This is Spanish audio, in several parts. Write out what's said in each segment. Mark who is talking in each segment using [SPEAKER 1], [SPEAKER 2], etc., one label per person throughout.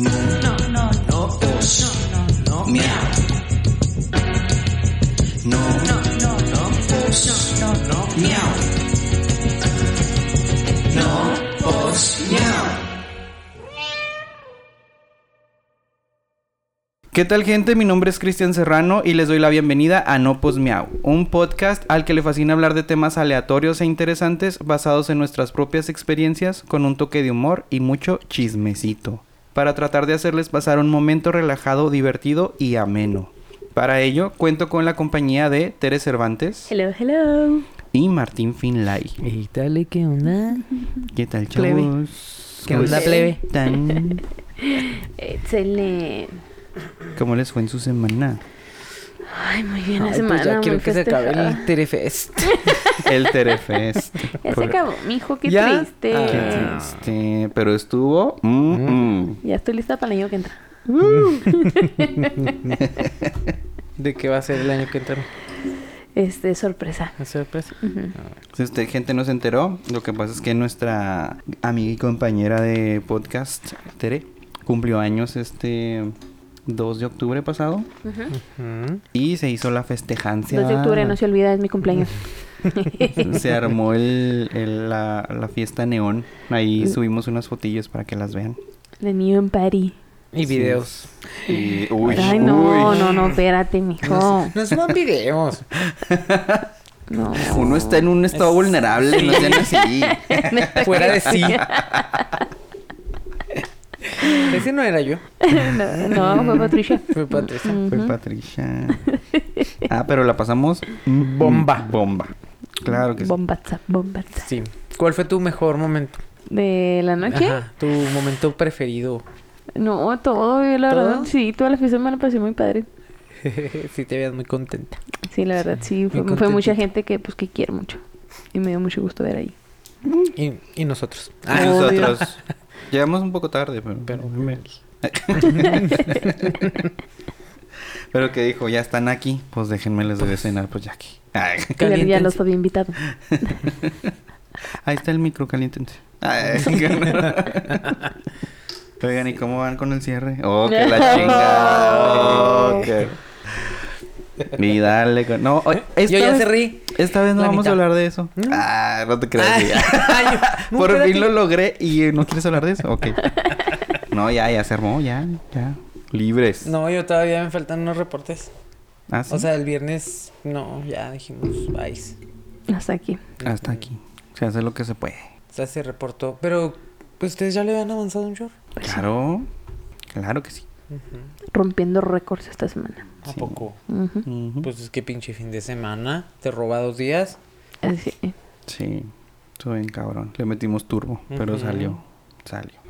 [SPEAKER 1] No, no, no, no os. No, no, no. No, no, no, no os. No, no, miau. No os miau.
[SPEAKER 2] ¿Qué tal gente? Mi nombre es Cristian Serrano y les doy la bienvenida a No Pos Miau, un podcast al que le fascina hablar de temas aleatorios e interesantes basados en nuestras propias experiencias con un toque de humor y mucho chismecito, para tratar de hacerles pasar un momento relajado, divertido y ameno. Para ello, cuento con la compañía de Tere Cervantes
[SPEAKER 3] Hello, hello.
[SPEAKER 2] y Martín Finlay.
[SPEAKER 4] Y dale, ¿qué onda?
[SPEAKER 2] ¿Qué tal, chavos?
[SPEAKER 4] Plebe. ¿Qué
[SPEAKER 2] ¿Cómo
[SPEAKER 4] onda, plebe?
[SPEAKER 2] están?
[SPEAKER 3] Excelente.
[SPEAKER 2] ¿Cómo les fue en su semana?
[SPEAKER 3] Ay, muy bien la
[SPEAKER 4] Ay,
[SPEAKER 3] semana.
[SPEAKER 4] pues ya
[SPEAKER 3] muy
[SPEAKER 4] quiero que se acabe el
[SPEAKER 3] festejada.
[SPEAKER 4] Terefest.
[SPEAKER 2] El Terefest.
[SPEAKER 3] Ya se
[SPEAKER 2] Por-
[SPEAKER 3] acabó, mijo, qué
[SPEAKER 2] ¿Ya? Ah,
[SPEAKER 3] triste.
[SPEAKER 2] Qué triste. Pero estuvo. mm, mm.
[SPEAKER 3] Ya estoy lista para el año que entra.
[SPEAKER 4] ¿De qué va a ser el año que entra?
[SPEAKER 3] Este, sorpresa.
[SPEAKER 4] ¿La sorpresa?
[SPEAKER 2] Si usted, gente, no se enteró, lo que pasa es que nuestra amiga y compañera de podcast, Tere, cumplió años este 2 de octubre pasado
[SPEAKER 4] Ujú.
[SPEAKER 2] y se hizo la festejancia.
[SPEAKER 3] 2 de octubre, no se olvida, es mi cumpleaños.
[SPEAKER 2] Se armó el, el- la, la fiesta neón.
[SPEAKER 3] Mm.
[SPEAKER 2] Ahí subimos unas fotillas para que las vean.
[SPEAKER 3] The New in Paris.
[SPEAKER 4] Y videos.
[SPEAKER 2] Y, uy,
[SPEAKER 3] Ay, no,
[SPEAKER 2] uy.
[SPEAKER 3] no, no, espérate, mijo.
[SPEAKER 4] Nos suban videos.
[SPEAKER 3] No.
[SPEAKER 2] Uno está en un estado vulnerable, no sean así.
[SPEAKER 4] Fuera de sí. Ese no era yo.
[SPEAKER 3] no, no, fue Patricia.
[SPEAKER 4] Fue Patricia.
[SPEAKER 2] Fue Patricia. Ah, pero la pasamos
[SPEAKER 4] Mm,
[SPEAKER 2] Mm,
[SPEAKER 4] Bomba.
[SPEAKER 2] Bomba. Claro que sí.
[SPEAKER 3] Bombaza, bombaza.
[SPEAKER 4] Sí. ¿Cuál fue tu mejor momento?
[SPEAKER 3] ¿De la noche?
[SPEAKER 4] Ajá, tu momento preferido.
[SPEAKER 3] No, todo, yo la
[SPEAKER 4] ¿Todo?
[SPEAKER 3] verdad, sí, toda la fiesta me la pasé muy padre.
[SPEAKER 4] sí, te veas muy contenta.
[SPEAKER 3] Sí, la verdad, sí, fue,
[SPEAKER 4] muy
[SPEAKER 3] fue mucha
[SPEAKER 4] contentita.
[SPEAKER 3] gente que, pues, que quiero mucho. Y me dio mucho gusto ver ahí.
[SPEAKER 4] Y, y nosotros.
[SPEAKER 2] Y Ah, nosotros. Llegamos un poco tarde, pero.
[SPEAKER 4] Pero-
[SPEAKER 2] Pero que dijo, ya están aquí, pues déjenme les doy de cenar, pues ya aquí. Ay,
[SPEAKER 3] Y ya- Ya los
[SPEAKER 4] Caliéntense.
[SPEAKER 3] había invitado.
[SPEAKER 2] ahí está el micro, caliéntense. Ay, Oigan, ¿y cómo van con el cierre? Oh, que la chingada. Oh, que- Y dale con... No, o- esta
[SPEAKER 4] Yo ya
[SPEAKER 2] vez-
[SPEAKER 4] cerré.
[SPEAKER 2] Esta vez no
[SPEAKER 4] La
[SPEAKER 2] vamos a
[SPEAKER 4] mitad.
[SPEAKER 2] hablar de eso.
[SPEAKER 4] ¿No?
[SPEAKER 2] Ah, no te creas.
[SPEAKER 4] Ay,
[SPEAKER 2] ya.
[SPEAKER 4] ay, no,
[SPEAKER 2] Por
[SPEAKER 4] espérate.
[SPEAKER 2] fin lo logré y eh, no quieres hablar de eso. Ok. No, ya, ya se armó, ya, ya. Libres.
[SPEAKER 4] No, yo todavía me faltan unos reportes.
[SPEAKER 2] Ah, sí.
[SPEAKER 4] O sea, el viernes no, ya dijimos, bye.
[SPEAKER 3] Hasta aquí.
[SPEAKER 2] Hasta aquí. Se hace lo que se puede.
[SPEAKER 4] O sea, se reportó. Pero, pues, ¿ustedes ya le habían avanzado un short?
[SPEAKER 2] Claro. Claro que sí.
[SPEAKER 3] Rompiendo récords esta semana.
[SPEAKER 4] ¿A poco?
[SPEAKER 3] Ujú.
[SPEAKER 2] Ujú.
[SPEAKER 4] Pues es que pinche fin de semana. Te roba dos días.
[SPEAKER 3] Así, eh.
[SPEAKER 2] Sí. Estuvo bien cabrón. Le metimos turbo, pero
[SPEAKER 4] Ujú.
[SPEAKER 2] salió. Salió.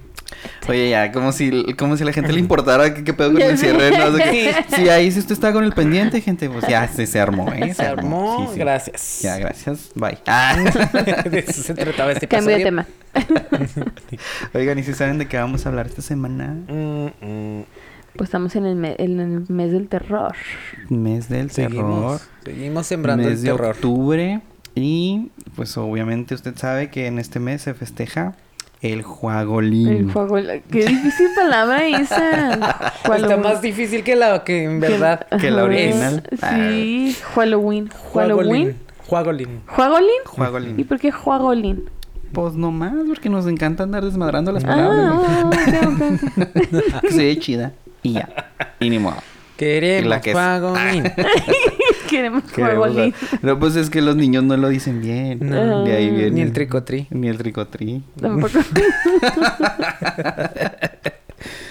[SPEAKER 2] Oye, ya, como si, como si la gente le importara qué, qué pedo con el cierre. ¿no? O sea, que- sí, ahí si usted está con el pendiente, gente, pues ya se, se armó, ¿eh?
[SPEAKER 4] Se armó.
[SPEAKER 2] Sí, sí.
[SPEAKER 4] Gracias.
[SPEAKER 2] Ya, gracias. Bye. Ah.
[SPEAKER 4] de eso se trataba este
[SPEAKER 3] Cambio de
[SPEAKER 4] episodio.
[SPEAKER 3] tema.
[SPEAKER 2] Oigan, ¿y si saben de qué vamos a hablar esta semana?
[SPEAKER 4] Mm, mm.
[SPEAKER 3] Pues estamos en el, me- en el mes del terror.
[SPEAKER 2] Mes del terror.
[SPEAKER 4] Seguimos, seguimos sembrando
[SPEAKER 2] mes
[SPEAKER 4] el
[SPEAKER 2] de
[SPEAKER 4] terror.
[SPEAKER 2] octubre. Y pues obviamente usted sabe que en este mes se festeja el Juagolín.
[SPEAKER 3] El juego. la- Qué difícil palabra esa.
[SPEAKER 4] Está más difícil que la que en verdad.
[SPEAKER 2] que la
[SPEAKER 3] Ajá.
[SPEAKER 2] original.
[SPEAKER 3] Sí, Halloween. Halloween.
[SPEAKER 4] Juagolín.
[SPEAKER 3] ¿Juagolín? ¿Y
[SPEAKER 2] Juagolín.
[SPEAKER 3] por qué Juagolín?
[SPEAKER 2] Pues nomás, porque nos encanta andar desmadrando las palabras.
[SPEAKER 3] Ah, ok, ok, ok.
[SPEAKER 2] Que se ve chida. Y ya. Y ni modo. La
[SPEAKER 4] Queremos
[SPEAKER 2] que es- Ah,
[SPEAKER 4] Juagolín.
[SPEAKER 3] Queremos
[SPEAKER 2] Queremos
[SPEAKER 3] Juagolín.
[SPEAKER 2] dar- No, pues es que los niños no lo dicen bien.
[SPEAKER 4] No.
[SPEAKER 2] De ahí viene.
[SPEAKER 4] Ni el tricotri.
[SPEAKER 2] Ni el tricotri.
[SPEAKER 3] Tampoco.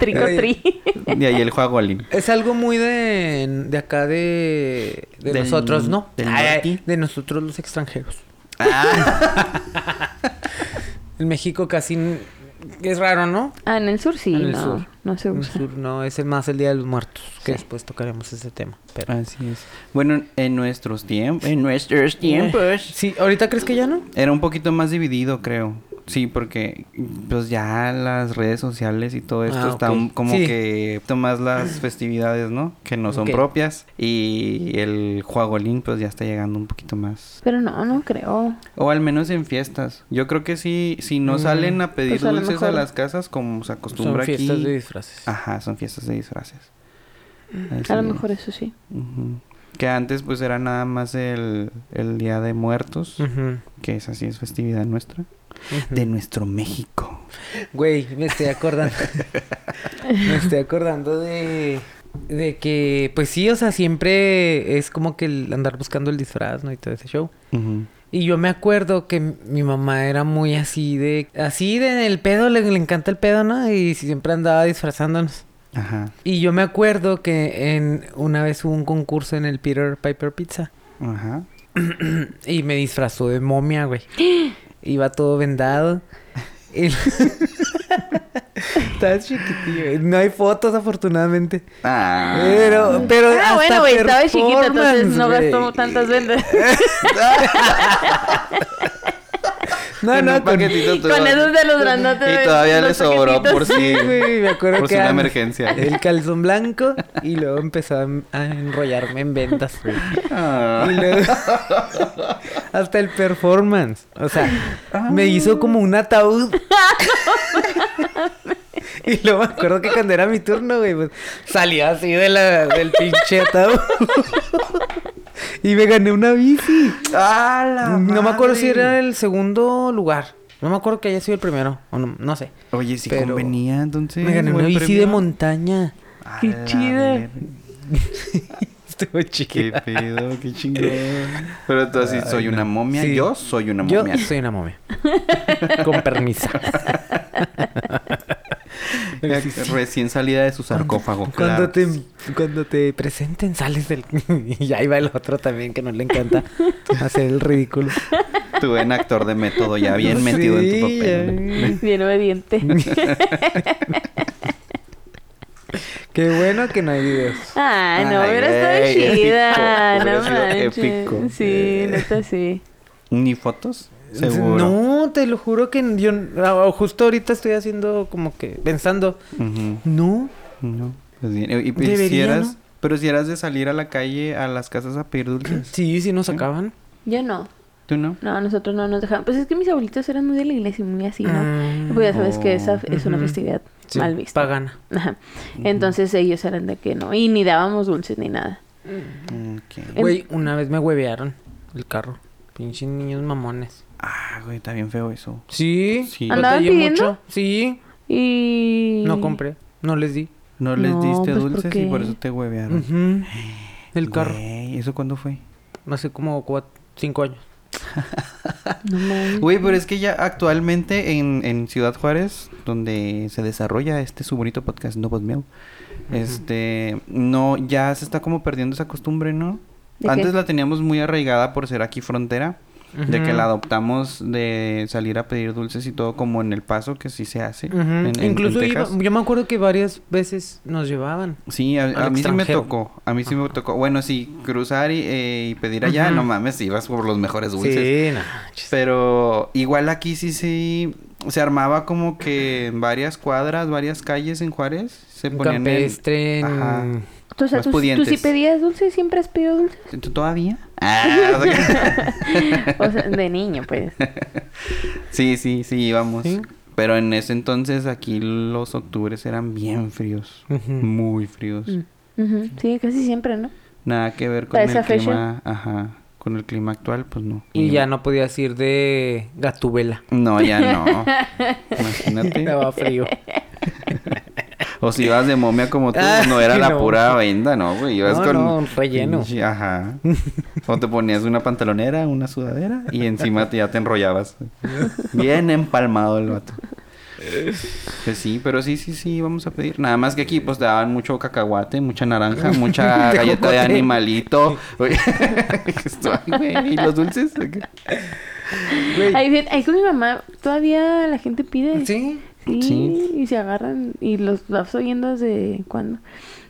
[SPEAKER 3] Tricotri.
[SPEAKER 2] De ahí el Juagolín.
[SPEAKER 4] Es algo muy de, de acá de, de
[SPEAKER 2] Del-
[SPEAKER 4] nosotros, ¿no?
[SPEAKER 2] del
[SPEAKER 4] Ay, ay,
[SPEAKER 2] norte.
[SPEAKER 4] de nosotros los extranjeros.
[SPEAKER 2] Ah.
[SPEAKER 4] En México casi n- es raro, ¿no?
[SPEAKER 3] Ah, en el sur sí,
[SPEAKER 4] En el
[SPEAKER 3] no.
[SPEAKER 4] sur.
[SPEAKER 3] No se
[SPEAKER 4] En el
[SPEAKER 3] usa.
[SPEAKER 4] sur no, es el más el Día de los Muertos, que
[SPEAKER 3] Sí.
[SPEAKER 4] después tocaremos ese tema. Pero...
[SPEAKER 2] Así es. Bueno, en Pues nuestros tiempos, en nuestros tiempos,
[SPEAKER 4] Sí, eh, ¿ahorita crees que ya no?
[SPEAKER 2] era un poquito más dividido, creo. Sí, porque pues ya las redes sociales y todo esto
[SPEAKER 4] Ah,
[SPEAKER 2] está
[SPEAKER 4] ok.
[SPEAKER 2] un- como
[SPEAKER 4] Sí.
[SPEAKER 2] que tomas las festividades, ¿no? Que no son
[SPEAKER 4] Ok.
[SPEAKER 2] propias. Y el juagolín pues ya está llegando un poquito más.
[SPEAKER 3] Pero no, no creo.
[SPEAKER 2] O al menos en fiestas. Yo creo que sí, si no
[SPEAKER 4] Mm.
[SPEAKER 2] salen a pedir
[SPEAKER 3] Pues, a lo
[SPEAKER 2] dulces a
[SPEAKER 3] mejor.
[SPEAKER 2] las casas como se
[SPEAKER 4] Son
[SPEAKER 2] acostumbra
[SPEAKER 4] fiestas
[SPEAKER 2] aquí. Ah.
[SPEAKER 4] de Mm, disfraces.
[SPEAKER 2] Ajá, son fiestas de disfraces. Ahí
[SPEAKER 3] A lo
[SPEAKER 2] sí.
[SPEAKER 3] mejor eso sí.
[SPEAKER 2] Ujú. Que antes pues era nada más el, el Día de Muertos,
[SPEAKER 4] Ujú,
[SPEAKER 2] que es así, es festividad nuestra.
[SPEAKER 4] ujú.
[SPEAKER 2] De nuestro México.
[SPEAKER 4] Güey, me estoy acordando. me estoy acordando de. De que, pues sí, o sea, siempre es como que el andar buscando el disfraz, ¿no? Y todo ese show.
[SPEAKER 2] Ujú.
[SPEAKER 4] Y yo me acuerdo que m- mi mamá era muy así de... Así de en el pedo, le, le encanta el pedo, ¿no? Y siempre andaba disfrazándonos.
[SPEAKER 2] Ajá.
[SPEAKER 4] Y yo me acuerdo que en una vez hubo un concurso en el Peter Piper Pizza.
[SPEAKER 2] Ajá.
[SPEAKER 4] Y me disfrazó de momia, güey. Iba todo vendado. Y- Estaba chiquitillo. güey. No hay fotos, afortunadamente. Pero, pero.
[SPEAKER 3] Ah, bueno,
[SPEAKER 4] hasta
[SPEAKER 3] güey, estaba chiquita, entonces
[SPEAKER 4] performance,
[SPEAKER 3] no
[SPEAKER 4] güey.
[SPEAKER 3] gastó tantas vendas.
[SPEAKER 4] No,
[SPEAKER 2] En
[SPEAKER 4] no,
[SPEAKER 2] un
[SPEAKER 4] con-
[SPEAKER 2] paquetito todo-
[SPEAKER 3] Con esos de los grandotes.
[SPEAKER 2] Y todavía le
[SPEAKER 3] los
[SPEAKER 2] sobró por
[SPEAKER 3] paquetitos.
[SPEAKER 2] si...
[SPEAKER 4] güey, me acuerdo
[SPEAKER 2] Por
[SPEAKER 4] que
[SPEAKER 2] si una
[SPEAKER 4] eran
[SPEAKER 2] emergencia.
[SPEAKER 4] El calzón blanco y luego empezó a, a enrollarme en ventas. güey.
[SPEAKER 2] Ah.
[SPEAKER 4] Y luego hasta el performance, o sea, me hizo como un ataúd. y luego me acuerdo que cuando era mi turno, güey, pues, salía así de la, del pinche ataúd. y me gané una bici.
[SPEAKER 2] ¡Ah, la
[SPEAKER 4] No me acuerdo si
[SPEAKER 2] madre!
[SPEAKER 4] era el segundo lugar. No me acuerdo que haya sido el primero, o no, no sé.
[SPEAKER 2] Oye, si
[SPEAKER 4] Pero-
[SPEAKER 2] convenía, entonces...
[SPEAKER 4] me gané
[SPEAKER 2] buen
[SPEAKER 4] una bici
[SPEAKER 2] premio.
[SPEAKER 4] de montaña.
[SPEAKER 2] A
[SPEAKER 3] Qué
[SPEAKER 2] la
[SPEAKER 3] chida.
[SPEAKER 2] verga.
[SPEAKER 4] Estuvo chiquito.
[SPEAKER 2] Qué pedo, qué chingón. Pero tú así, soy una momia.
[SPEAKER 4] Sí.
[SPEAKER 2] Yo soy una
[SPEAKER 4] Yo
[SPEAKER 2] momia.
[SPEAKER 4] soy una momia. Con permiso.
[SPEAKER 2] Ya Recién salida de su sarcófago. claro.
[SPEAKER 4] Cuando te, cuando te presenten, sales del. y ahí va el otro también que no le encanta hacer el ridículo.
[SPEAKER 2] Tú en actor de método ya bien
[SPEAKER 4] Sí,
[SPEAKER 2] metido en tu papel.
[SPEAKER 3] Bien obediente.
[SPEAKER 4] ya. Qué bueno que no hay videos.
[SPEAKER 3] Ay, Ah, no,
[SPEAKER 2] Ay,
[SPEAKER 3] hubiera estado
[SPEAKER 2] güey,
[SPEAKER 3] chida.
[SPEAKER 2] épico.
[SPEAKER 3] no
[SPEAKER 2] Hubiera sido
[SPEAKER 3] manches.
[SPEAKER 2] épico.
[SPEAKER 3] Sí,
[SPEAKER 4] Eh.
[SPEAKER 3] neta, sí.
[SPEAKER 2] ¿Ni fotos? Seguro.
[SPEAKER 4] No, te lo juro que yo. ah, Justo ahorita estoy haciendo como que. Pensando.
[SPEAKER 2] Ujú.
[SPEAKER 4] No.
[SPEAKER 2] No. Pues bien, y- Y pues,
[SPEAKER 4] Debería,
[SPEAKER 2] si eras-
[SPEAKER 4] ¿no?
[SPEAKER 2] Pero si eras de salir a la calle, a las casas a pedir dulces.
[SPEAKER 4] Sí, sí nos acaban.
[SPEAKER 3] Yo no.
[SPEAKER 2] ¿Tú no?
[SPEAKER 3] No, nosotros no nos dejaban. Pues es que mis abuelitos eran muy de la iglesia y muy así, ¿no?
[SPEAKER 4] Mm,
[SPEAKER 3] Pues ya sabes que esa
[SPEAKER 2] Oh.
[SPEAKER 3] es una
[SPEAKER 4] Ujú.
[SPEAKER 3] festividad
[SPEAKER 4] sí,
[SPEAKER 3] mal vista.
[SPEAKER 4] Pagana.
[SPEAKER 3] Ajá. Entonces ellos eran de que no. Y ni dábamos dulces ni nada.
[SPEAKER 2] Ok.
[SPEAKER 3] En-
[SPEAKER 4] Güey, una vez me huevearon el carro. Pinches niños mamones.
[SPEAKER 2] Ah, güey, está bien feo eso.
[SPEAKER 4] Sí.
[SPEAKER 2] Sí.
[SPEAKER 3] ¿Andaban
[SPEAKER 4] batallé
[SPEAKER 3] pidiendo?
[SPEAKER 4] Sí.
[SPEAKER 3] Y.
[SPEAKER 4] No compré. No les di.
[SPEAKER 2] No les
[SPEAKER 3] No,
[SPEAKER 2] diste
[SPEAKER 3] pues, ¿por
[SPEAKER 2] dulces y
[SPEAKER 3] qué?
[SPEAKER 2] por eso te huevearon.
[SPEAKER 4] Ujú. El carro.
[SPEAKER 2] Güey, ¿eso cuándo fue?
[SPEAKER 4] Hace como cuatro, cinco años.
[SPEAKER 3] Ah, No mames.
[SPEAKER 2] Güey, pero es que ya actualmente en, en Ciudad Juárez, donde se desarrolla este su bonito podcast, No Pod Miau, este, no, ya se está como perdiendo esa costumbre, ¿no?
[SPEAKER 3] ¿De qué?
[SPEAKER 2] Antes la teníamos muy arraigada por ser aquí frontera, de que
[SPEAKER 4] Ujú.
[SPEAKER 2] la adoptamos de salir a pedir dulces y todo como en El Paso, que sí se hace.
[SPEAKER 4] Ujú.
[SPEAKER 2] en- en- en
[SPEAKER 4] Incluso iba-
[SPEAKER 2] Texas.
[SPEAKER 4] yo me acuerdo que varias veces nos llevaban.
[SPEAKER 2] Sí, a,
[SPEAKER 4] al
[SPEAKER 2] a mí sí me
[SPEAKER 4] extranjero.
[SPEAKER 2] tocó, a mí sí me tocó. Bueno, sí, cruzar y, eh, y pedir allá,
[SPEAKER 4] Ujú.
[SPEAKER 2] no mames, ibas por los mejores dulces.
[SPEAKER 4] Sí, no.
[SPEAKER 2] Pero igual aquí sí sí se armaba como que en varias cuadras, varias calles en Juárez se
[SPEAKER 4] Un
[SPEAKER 2] ponían en-
[SPEAKER 4] campestre. en-
[SPEAKER 2] Ajá.
[SPEAKER 3] Tú, o sea,
[SPEAKER 2] Más
[SPEAKER 3] tú, tú sí
[SPEAKER 2] pudientes.
[SPEAKER 3] pedías dulces, siempre has pedido dulces.
[SPEAKER 2] ¿Tú todavía? Ah, o sea que-
[SPEAKER 3] O sea, de niño, pues.
[SPEAKER 2] sí, sí, sí íbamos.
[SPEAKER 4] Sí.
[SPEAKER 2] Pero en ese entonces aquí los octubres eran bien fríos,
[SPEAKER 4] Ujú.
[SPEAKER 2] muy fríos.
[SPEAKER 3] Mm. Ujú, Sí, casi siempre, ¿no?
[SPEAKER 2] Nada que ver con
[SPEAKER 3] ¿Para
[SPEAKER 2] el
[SPEAKER 3] esa fecha?
[SPEAKER 2] clima, ajá, con el clima actual, pues no.
[SPEAKER 4] Y ya no podías ir de gatubela.
[SPEAKER 2] No, ya no. Imagínate.
[SPEAKER 4] Estaba frío.
[SPEAKER 2] O si ibas de momia como tú,
[SPEAKER 4] Ah,
[SPEAKER 2] no era
[SPEAKER 4] sí,
[SPEAKER 2] la
[SPEAKER 4] no.
[SPEAKER 2] pura venda, ¿no, güey? Ibas
[SPEAKER 4] No,
[SPEAKER 2] con...
[SPEAKER 4] no, un relleno.
[SPEAKER 2] Sí, Ajá. O te ponías una pantalonera, una sudadera y encima te- ya te enrollabas. Bien empalmado el vato. Pues sí, pero sí, sí, sí, vamos a pedir. Nada más que aquí pues te daban mucho cacahuate, mucha naranja, mucha galleta de
[SPEAKER 4] Cacahuate.
[SPEAKER 2] animalito. Oye, esto, ay, güey, ¿Y los dulces?
[SPEAKER 4] Güey. Ah,
[SPEAKER 3] Ahí, fíjate, ahí con mi mamá todavía la gente pide.
[SPEAKER 4] Sí.
[SPEAKER 3] Sí,
[SPEAKER 2] Sí.
[SPEAKER 3] y se agarran y los vas oyendo desde cuando.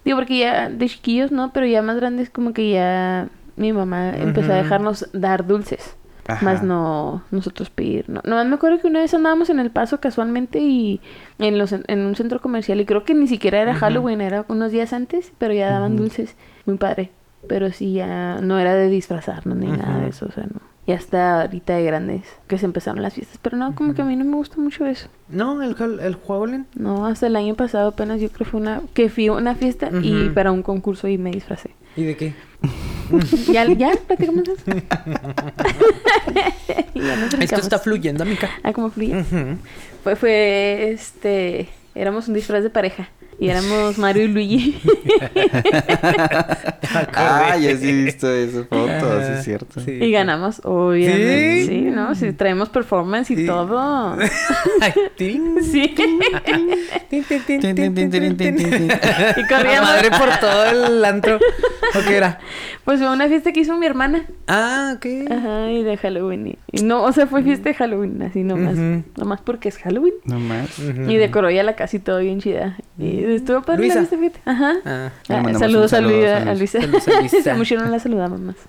[SPEAKER 3] Digo, porque ya de chiquillos no, pero ya más grandes como que ya mi mamá empezó a
[SPEAKER 4] Ujú.
[SPEAKER 3] dejarnos dar dulces.
[SPEAKER 2] Ajá.
[SPEAKER 3] Más no nosotros pedir. No, nomás me acuerdo que una vez andábamos en El Paso casualmente y en, los, en un centro comercial y creo que ni siquiera era Halloween, era unos días antes, pero ya daban dulces. Muy padre. Pero sí ya no era de disfrazarnos ni nada de eso, o sea, no. Ya hasta ahorita de grandes que se empezaron las fiestas, pero no, como que a mí no me gusta mucho eso.
[SPEAKER 4] No, el, Hall- el Halloween.
[SPEAKER 3] No, hasta el año pasado apenas yo creo fue una que fui a una fiesta y
[SPEAKER 4] Ujú.
[SPEAKER 3] para un concurso y me disfracé.
[SPEAKER 4] ¿Y de qué?
[SPEAKER 3] Ya, ya platicamos de eso. Ya nos
[SPEAKER 4] Esto
[SPEAKER 3] brincamos.
[SPEAKER 4] está fluyendo, amiga.
[SPEAKER 3] Ah, como fluye.
[SPEAKER 4] Ujú.
[SPEAKER 3] Fue, fue, este, éramos un disfraz de pareja y éramos Mario y Luigi.
[SPEAKER 2] Ah, ya sí he visto esa foto, sí
[SPEAKER 4] Ajá,
[SPEAKER 2] es cierto.
[SPEAKER 4] sí.
[SPEAKER 3] y ganamos, obviamente.
[SPEAKER 4] ¿Sí?
[SPEAKER 3] ¿Sí? ¿no? Sí, traemos performance y
[SPEAKER 4] Sí.
[SPEAKER 3] todo.
[SPEAKER 4] Ay, tin,
[SPEAKER 3] Sí.
[SPEAKER 4] tin, tin,
[SPEAKER 2] Tin,
[SPEAKER 4] tin,
[SPEAKER 2] tin, tin, tin, tin, tin, tin.
[SPEAKER 3] y
[SPEAKER 4] La
[SPEAKER 3] corríamos.
[SPEAKER 4] madre por todo el antro. ¿O qué era?
[SPEAKER 3] Pues fue una fiesta que hizo mi hermana.
[SPEAKER 4] Ah, ok.
[SPEAKER 3] Ajá, y de Halloween. Y, y no, o sea, fue fiesta de Halloween, así nomás.
[SPEAKER 4] Ujú.
[SPEAKER 3] Nomás porque es Halloween.
[SPEAKER 2] No más.
[SPEAKER 4] Ujú.
[SPEAKER 3] Y decoró ya la casa y todo bien chida. Y estuvo padre
[SPEAKER 4] Luisa.
[SPEAKER 3] la fiesta, fíjate. Ajá.
[SPEAKER 4] Ah.
[SPEAKER 2] Le
[SPEAKER 3] Ah,
[SPEAKER 2] mandamos
[SPEAKER 3] saludos
[SPEAKER 2] un
[SPEAKER 3] a
[SPEAKER 2] saludo
[SPEAKER 3] Luisa.
[SPEAKER 2] a
[SPEAKER 3] A Luisa.
[SPEAKER 4] Luisa. Saludos a Luisa.
[SPEAKER 3] Se mucho no la saludamos más.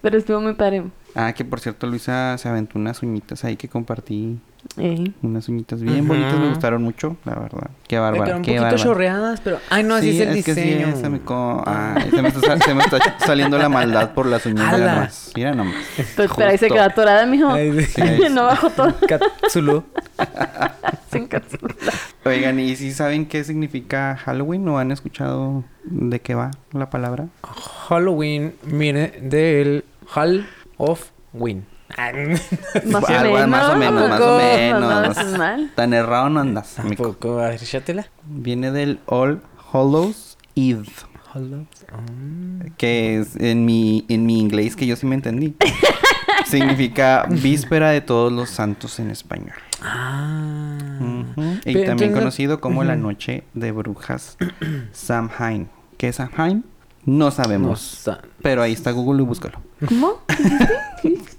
[SPEAKER 3] Pero estuvo muy padre.
[SPEAKER 2] Ah, que por cierto, Luisa se aventó unas uñitas ahí que compartí.
[SPEAKER 3] Eh,
[SPEAKER 2] Unas uñitas bien
[SPEAKER 4] Ujú.
[SPEAKER 2] bonitas, me gustaron mucho, la verdad. Qué
[SPEAKER 4] Me
[SPEAKER 2] bárbara,
[SPEAKER 4] quedaron un
[SPEAKER 2] qué
[SPEAKER 4] poquito
[SPEAKER 2] bárbara.
[SPEAKER 4] chorreadas, pero. Ay, no, así es el
[SPEAKER 2] que sí,
[SPEAKER 4] diseño. Ah.
[SPEAKER 2] esa me co- ay, se, me está, sal- se me está saliendo la maldad por las uñas. Mira
[SPEAKER 4] Ala.
[SPEAKER 2] nomás. Mira nomás.
[SPEAKER 3] entonces, pero ahí se
[SPEAKER 2] Justo.
[SPEAKER 3] quedó atorada, mijo.
[SPEAKER 4] Ay, sí.
[SPEAKER 3] no bajó todo.
[SPEAKER 4] Cápsulo.
[SPEAKER 3] Se encapsuló.
[SPEAKER 2] Oigan, ¿y si saben qué significa Halloween o han escuchado de qué va la palabra?
[SPEAKER 4] Halloween viene del Hall of Win.
[SPEAKER 3] Más o
[SPEAKER 2] Algo,
[SPEAKER 3] menos.
[SPEAKER 2] Más o menos, más
[SPEAKER 3] Tampoco
[SPEAKER 2] o menos.
[SPEAKER 3] andabas mal.
[SPEAKER 2] Tan errado no andas,
[SPEAKER 4] Un
[SPEAKER 2] mico.
[SPEAKER 4] poco, a ver, échatela.
[SPEAKER 2] Viene del All Hallows Eve. Que es en mi, en mi inglés, que yo sí me entendí. significa víspera de todos los santos en español.
[SPEAKER 4] Ah.
[SPEAKER 2] Ujú. Y
[SPEAKER 4] Pero
[SPEAKER 2] también
[SPEAKER 4] entonces-
[SPEAKER 2] conocido como la
[SPEAKER 4] Ujú.
[SPEAKER 2] noche de brujas Samhain. ¿Qué es Samhain? No
[SPEAKER 4] No
[SPEAKER 2] sabemos.
[SPEAKER 4] sa-
[SPEAKER 2] Pero ahí está Google y búscalo.
[SPEAKER 3] ¿Cómo?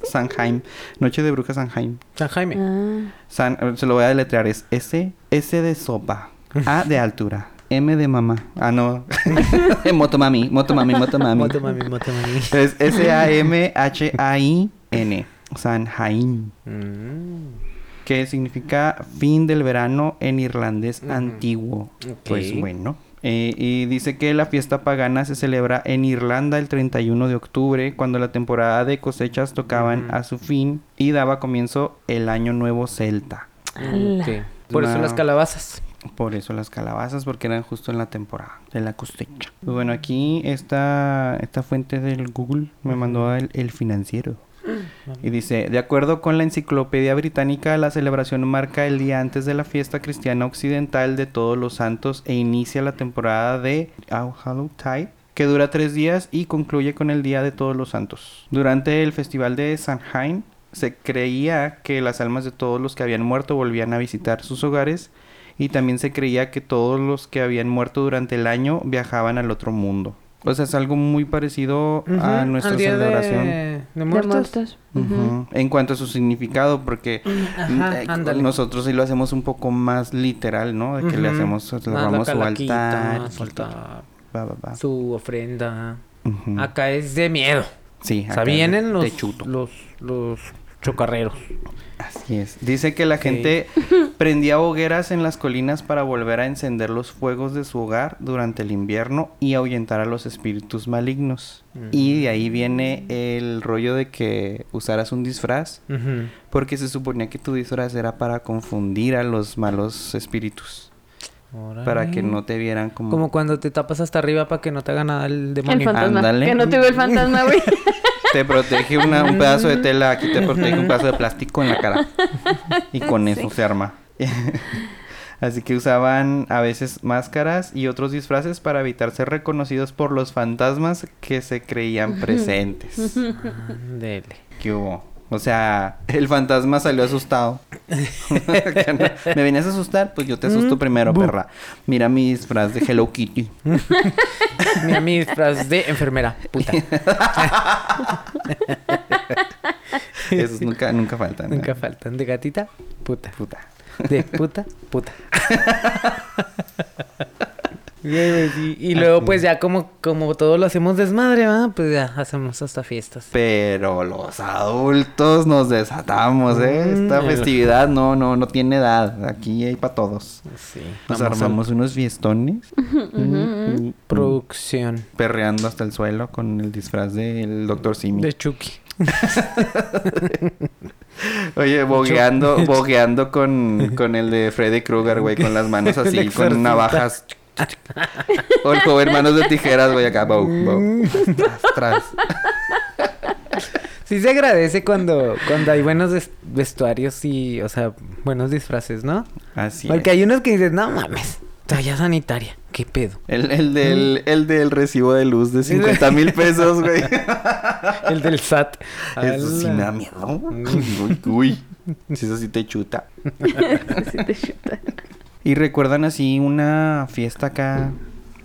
[SPEAKER 2] Samhain. Noche de brujas Samhain.
[SPEAKER 4] San Jaime.
[SPEAKER 3] Ah,
[SPEAKER 2] San- eh, se lo voy a deletrear. Es S, S de sopa. A de altura. M de mamá. Ah, no. motomami, motomami, motomami.
[SPEAKER 4] Moto mami, moto mami.
[SPEAKER 2] Es S-A-M-H-A-I-N. Samhain.
[SPEAKER 4] Mm.
[SPEAKER 2] que significa fin del verano en irlandés antiguo.
[SPEAKER 4] Ok.
[SPEAKER 2] Pues bueno. Eh, y dice que la fiesta pagana se celebra en Irlanda el 31 de octubre, cuando la temporada de cosechas tocaban a su fin y daba comienzo el año nuevo celta.
[SPEAKER 3] ala.
[SPEAKER 4] Ok. Por eso
[SPEAKER 2] Wow.
[SPEAKER 4] las calabazas.
[SPEAKER 2] Por eso las calabazas, porque eran justo en la temporada de la cosecha. Pues bueno, aquí esta, esta fuente del Google me mandó el, el financiero. Y dice, de acuerdo con la enciclopedia británica, la celebración marca el día antes de la fiesta cristiana occidental de todos los santos e inicia la temporada de All Hallows Tide, que dura tres días y concluye con el Día de Todos los Santos. Durante el festival de Samhain, se creía que las almas de todos los que habían muerto volvían a visitar sus hogares y también se creía que todos los que habían muerto durante el año viajaban al otro mundo. O sea, es algo muy parecido
[SPEAKER 4] Ujú,
[SPEAKER 2] a
[SPEAKER 4] al
[SPEAKER 2] nuestra
[SPEAKER 4] día de-
[SPEAKER 2] celebración.
[SPEAKER 4] De,
[SPEAKER 3] De
[SPEAKER 4] muertos.
[SPEAKER 3] muertos.
[SPEAKER 2] Ujú. En cuanto a su significado, porque
[SPEAKER 4] Ajá,
[SPEAKER 2] eh,
[SPEAKER 4] ándale.
[SPEAKER 2] nosotros sí lo hacemos un poco más literal, ¿no? De que le
[SPEAKER 4] Ujú.
[SPEAKER 2] hacemos, le
[SPEAKER 4] Más Ah, la
[SPEAKER 2] robamos su
[SPEAKER 4] calaquita,
[SPEAKER 2] altar. Ah.
[SPEAKER 4] su altar,
[SPEAKER 2] va, va, va.
[SPEAKER 4] su ofrenda.
[SPEAKER 2] Ujú.
[SPEAKER 4] Acá es de miedo.
[SPEAKER 2] Sí,
[SPEAKER 4] O sea,
[SPEAKER 2] Mm. acá
[SPEAKER 4] vienen
[SPEAKER 2] de-
[SPEAKER 4] los,
[SPEAKER 2] de chuto.
[SPEAKER 4] los, los chocarreros.
[SPEAKER 2] Así es. Dice que la
[SPEAKER 4] Sí.
[SPEAKER 2] gente prendía hogueras en las colinas para volver a encender los fuegos de su hogar durante el invierno y ahuyentar a los espíritus malignos.
[SPEAKER 4] Mm.
[SPEAKER 2] Y de ahí viene el rollo de que usaras un disfraz
[SPEAKER 4] Ujú.
[SPEAKER 2] Porque se suponía que tu disfraz era para confundir a los malos espíritus. Para que
[SPEAKER 4] Órale.
[SPEAKER 2] no te vieran como...
[SPEAKER 4] Como cuando te tapas hasta arriba para que no te haga nada el
[SPEAKER 3] El
[SPEAKER 4] demonio.
[SPEAKER 3] fantasma.
[SPEAKER 2] Ándale.
[SPEAKER 3] Que no te veo el fantasma, güey.
[SPEAKER 2] Te protege una- un pedazo de tela, aquí te protege un pedazo de plástico en la cara. Y con eso se arma. Así que usaban a veces máscaras y otros disfraces para evitar ser reconocidos por los fantasmas que se creían presentes.
[SPEAKER 4] Ándele.
[SPEAKER 2] ¿Qué hubo? O sea, el fantasma salió asustado. Que no, ¿Me venías a asustar? Pues yo te asusto
[SPEAKER 4] Mm,
[SPEAKER 2] primero, perra. Mira mi disfraz de Hello Kitty.
[SPEAKER 4] Mira mi disfraz de enfermera, puta.
[SPEAKER 2] Esos nunca, nunca faltan. ¿eh? ¿no?
[SPEAKER 4] Nunca faltan. De gatita, puta.
[SPEAKER 2] Puta.
[SPEAKER 4] De puta, puta. Güey, güey, sí. Y luego, pues ya como, como todos lo hacemos desmadre, ¿verdad? Pues ya hacemos hasta fiestas.
[SPEAKER 2] Pero los adultos nos desatamos, ¿eh?
[SPEAKER 4] Mm.
[SPEAKER 2] Esta festividad no, no, no tiene edad. Aquí hay para todos.
[SPEAKER 4] Sí.
[SPEAKER 2] Nos
[SPEAKER 4] Vamos a-
[SPEAKER 2] armamos unos fiestones. Mm,
[SPEAKER 4] Producción
[SPEAKER 2] Perreando hasta el suelo con el disfraz del Dr. Simi.
[SPEAKER 4] de Chucky.
[SPEAKER 2] Oye, bogueando, bogueando con, con el de Freddy Krueger, güey, con las manos así,
[SPEAKER 4] El
[SPEAKER 2] con
[SPEAKER 4] exorcista.
[SPEAKER 2] navajas. O el joven manos de tijeras, güey, acá, bow, bow. Tras, tras.
[SPEAKER 4] Sí se agradece cuando, cuando hay buenos des- vestuarios y, o sea, buenos disfraces, ¿no?
[SPEAKER 2] Así es.
[SPEAKER 4] Porque hay unos que dices, no mames, toalla sanitaria, qué pedo.
[SPEAKER 2] El, el del, el del recibo de luz de 50 mil pesos, güey.
[SPEAKER 4] El del SAT.
[SPEAKER 2] Eso sí
[SPEAKER 4] Ala.
[SPEAKER 2] me da miedo. Uy, uy. Si eso sí te chuta.
[SPEAKER 3] Así te chuta.
[SPEAKER 2] ¿Y recuerdan así una fiesta acá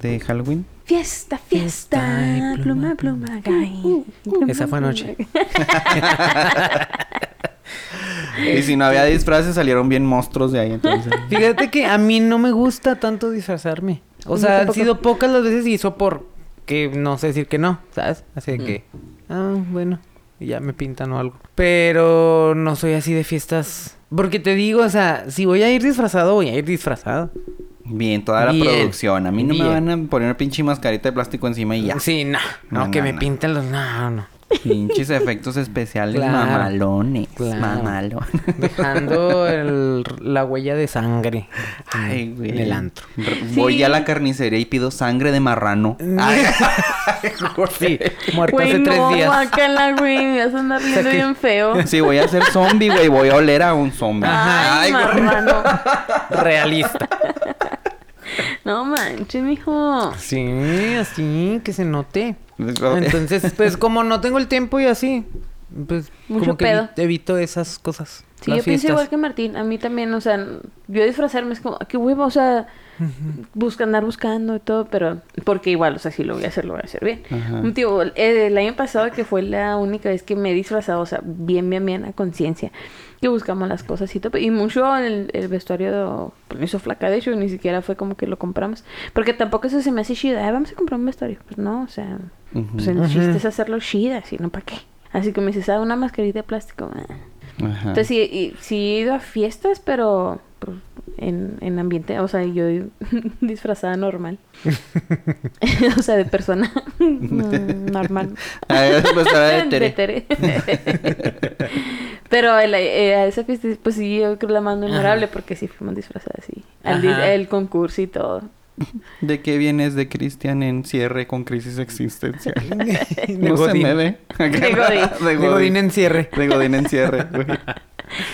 [SPEAKER 2] de Halloween?
[SPEAKER 3] Fiesta,
[SPEAKER 4] Fiesta
[SPEAKER 3] fiesta,
[SPEAKER 4] y
[SPEAKER 3] pluma,
[SPEAKER 4] pluma,
[SPEAKER 3] pluma,
[SPEAKER 4] Esa fue anoche.
[SPEAKER 2] Y si no había disfraces, salieron bien monstruos de ahí, entonces.
[SPEAKER 4] Fíjate que a mí no me gusta tanto disfrazarme. O
[SPEAKER 3] Yo
[SPEAKER 4] sea, han
[SPEAKER 3] tampoco.
[SPEAKER 4] sido pocas las veces y eso por que no sé decir que no, ¿sabes? Así
[SPEAKER 2] Mm.
[SPEAKER 4] de que, ah, bueno, y ya me pintan o algo. Pero no soy así de fiestas. Porque te digo, o sea, si voy a ir disfrazado, voy a ir disfrazado.
[SPEAKER 2] Bien, toda la
[SPEAKER 4] Bien.
[SPEAKER 2] producción. A mí no me
[SPEAKER 4] Bien.
[SPEAKER 2] van a poner una pinche mascarita de plástico encima y ya.
[SPEAKER 4] Sí, no, no,
[SPEAKER 2] No,
[SPEAKER 4] que
[SPEAKER 2] no,
[SPEAKER 4] me
[SPEAKER 2] no.
[SPEAKER 4] pinten los. No, no.
[SPEAKER 2] Pinches efectos especiales
[SPEAKER 4] Claro.
[SPEAKER 2] mamalones.
[SPEAKER 4] Claro.
[SPEAKER 2] Mamalón.
[SPEAKER 4] Dejando el- la huella de sangre
[SPEAKER 2] Ay, güey.
[SPEAKER 4] en el antro.
[SPEAKER 2] R- Voy a la carnicería y pido sangre de marrano.
[SPEAKER 4] Mm.
[SPEAKER 2] Ay,
[SPEAKER 4] Sí, muerto
[SPEAKER 3] Güey,
[SPEAKER 4] hace tres
[SPEAKER 3] no,
[SPEAKER 4] días.
[SPEAKER 3] guácala, güey. Me vas a andar riendo
[SPEAKER 4] que-
[SPEAKER 3] bien feo.
[SPEAKER 2] sí, voy a ser zombie, güey. Voy a oler a un zombie. Ay,
[SPEAKER 3] Ay,
[SPEAKER 2] güey.
[SPEAKER 3] marrano.
[SPEAKER 4] Realista.
[SPEAKER 3] No manches, mijo.
[SPEAKER 4] Sí, así, que se note.
[SPEAKER 2] Eso-
[SPEAKER 4] Entonces, pues como no tengo el tiempo y así, pues
[SPEAKER 3] Mucho
[SPEAKER 4] como que
[SPEAKER 3] pedo.
[SPEAKER 4] evi- evito esas cosas.
[SPEAKER 3] Sí,
[SPEAKER 4] las
[SPEAKER 3] yo pienso
[SPEAKER 4] fiestas.
[SPEAKER 3] igual que Martín. A mí también, o sea, yo disfrazarme es como, "Ah, qué huevo, o sea, busca, andar buscando y todo, pero porque igual, o sea, si lo voy a hacer, lo voy a hacer bien.
[SPEAKER 2] Ajá.
[SPEAKER 3] Un tío, el, el año pasado que fue la única vez que me he disfrazado, o sea, bien, bien, bien a conciencia, que buscamos las cosas y todo. Y mucho el, el vestuario pues, me hizo flaca, de hecho, ni siquiera fue como que lo compramos. Porque tampoco eso se me hace chida, "Ay, vamos a comprar un vestuario. Pues no, o sea, pues el chiste es hacerlo chida, si no, ¿para qué? Así que me dices, ah, una mascarita de plástico. ah.
[SPEAKER 2] Ajá.
[SPEAKER 3] Entonces sí, y- sí he ido a fiestas, pero pues, en, en ambiente, o sea, yo disfrazada normal. o sea, de persona mm, normal.
[SPEAKER 2] A ver, pues, a ver, Tere.
[SPEAKER 3] Tere. pero el- eh, a esa fiesta, pues sí, yo creo la más memorable porque sí fuimos disfrazadas, sí. Al dis-
[SPEAKER 4] Ajá.
[SPEAKER 3] el concurso y todo.
[SPEAKER 2] ¿De qué vienes de Cristian en cierre con crisis existencial?
[SPEAKER 4] de
[SPEAKER 2] no se
[SPEAKER 4] Godín.
[SPEAKER 2] me ve.
[SPEAKER 3] De Godín.
[SPEAKER 2] De
[SPEAKER 4] De Godín en cierre.
[SPEAKER 2] De Godín en cierre, güey.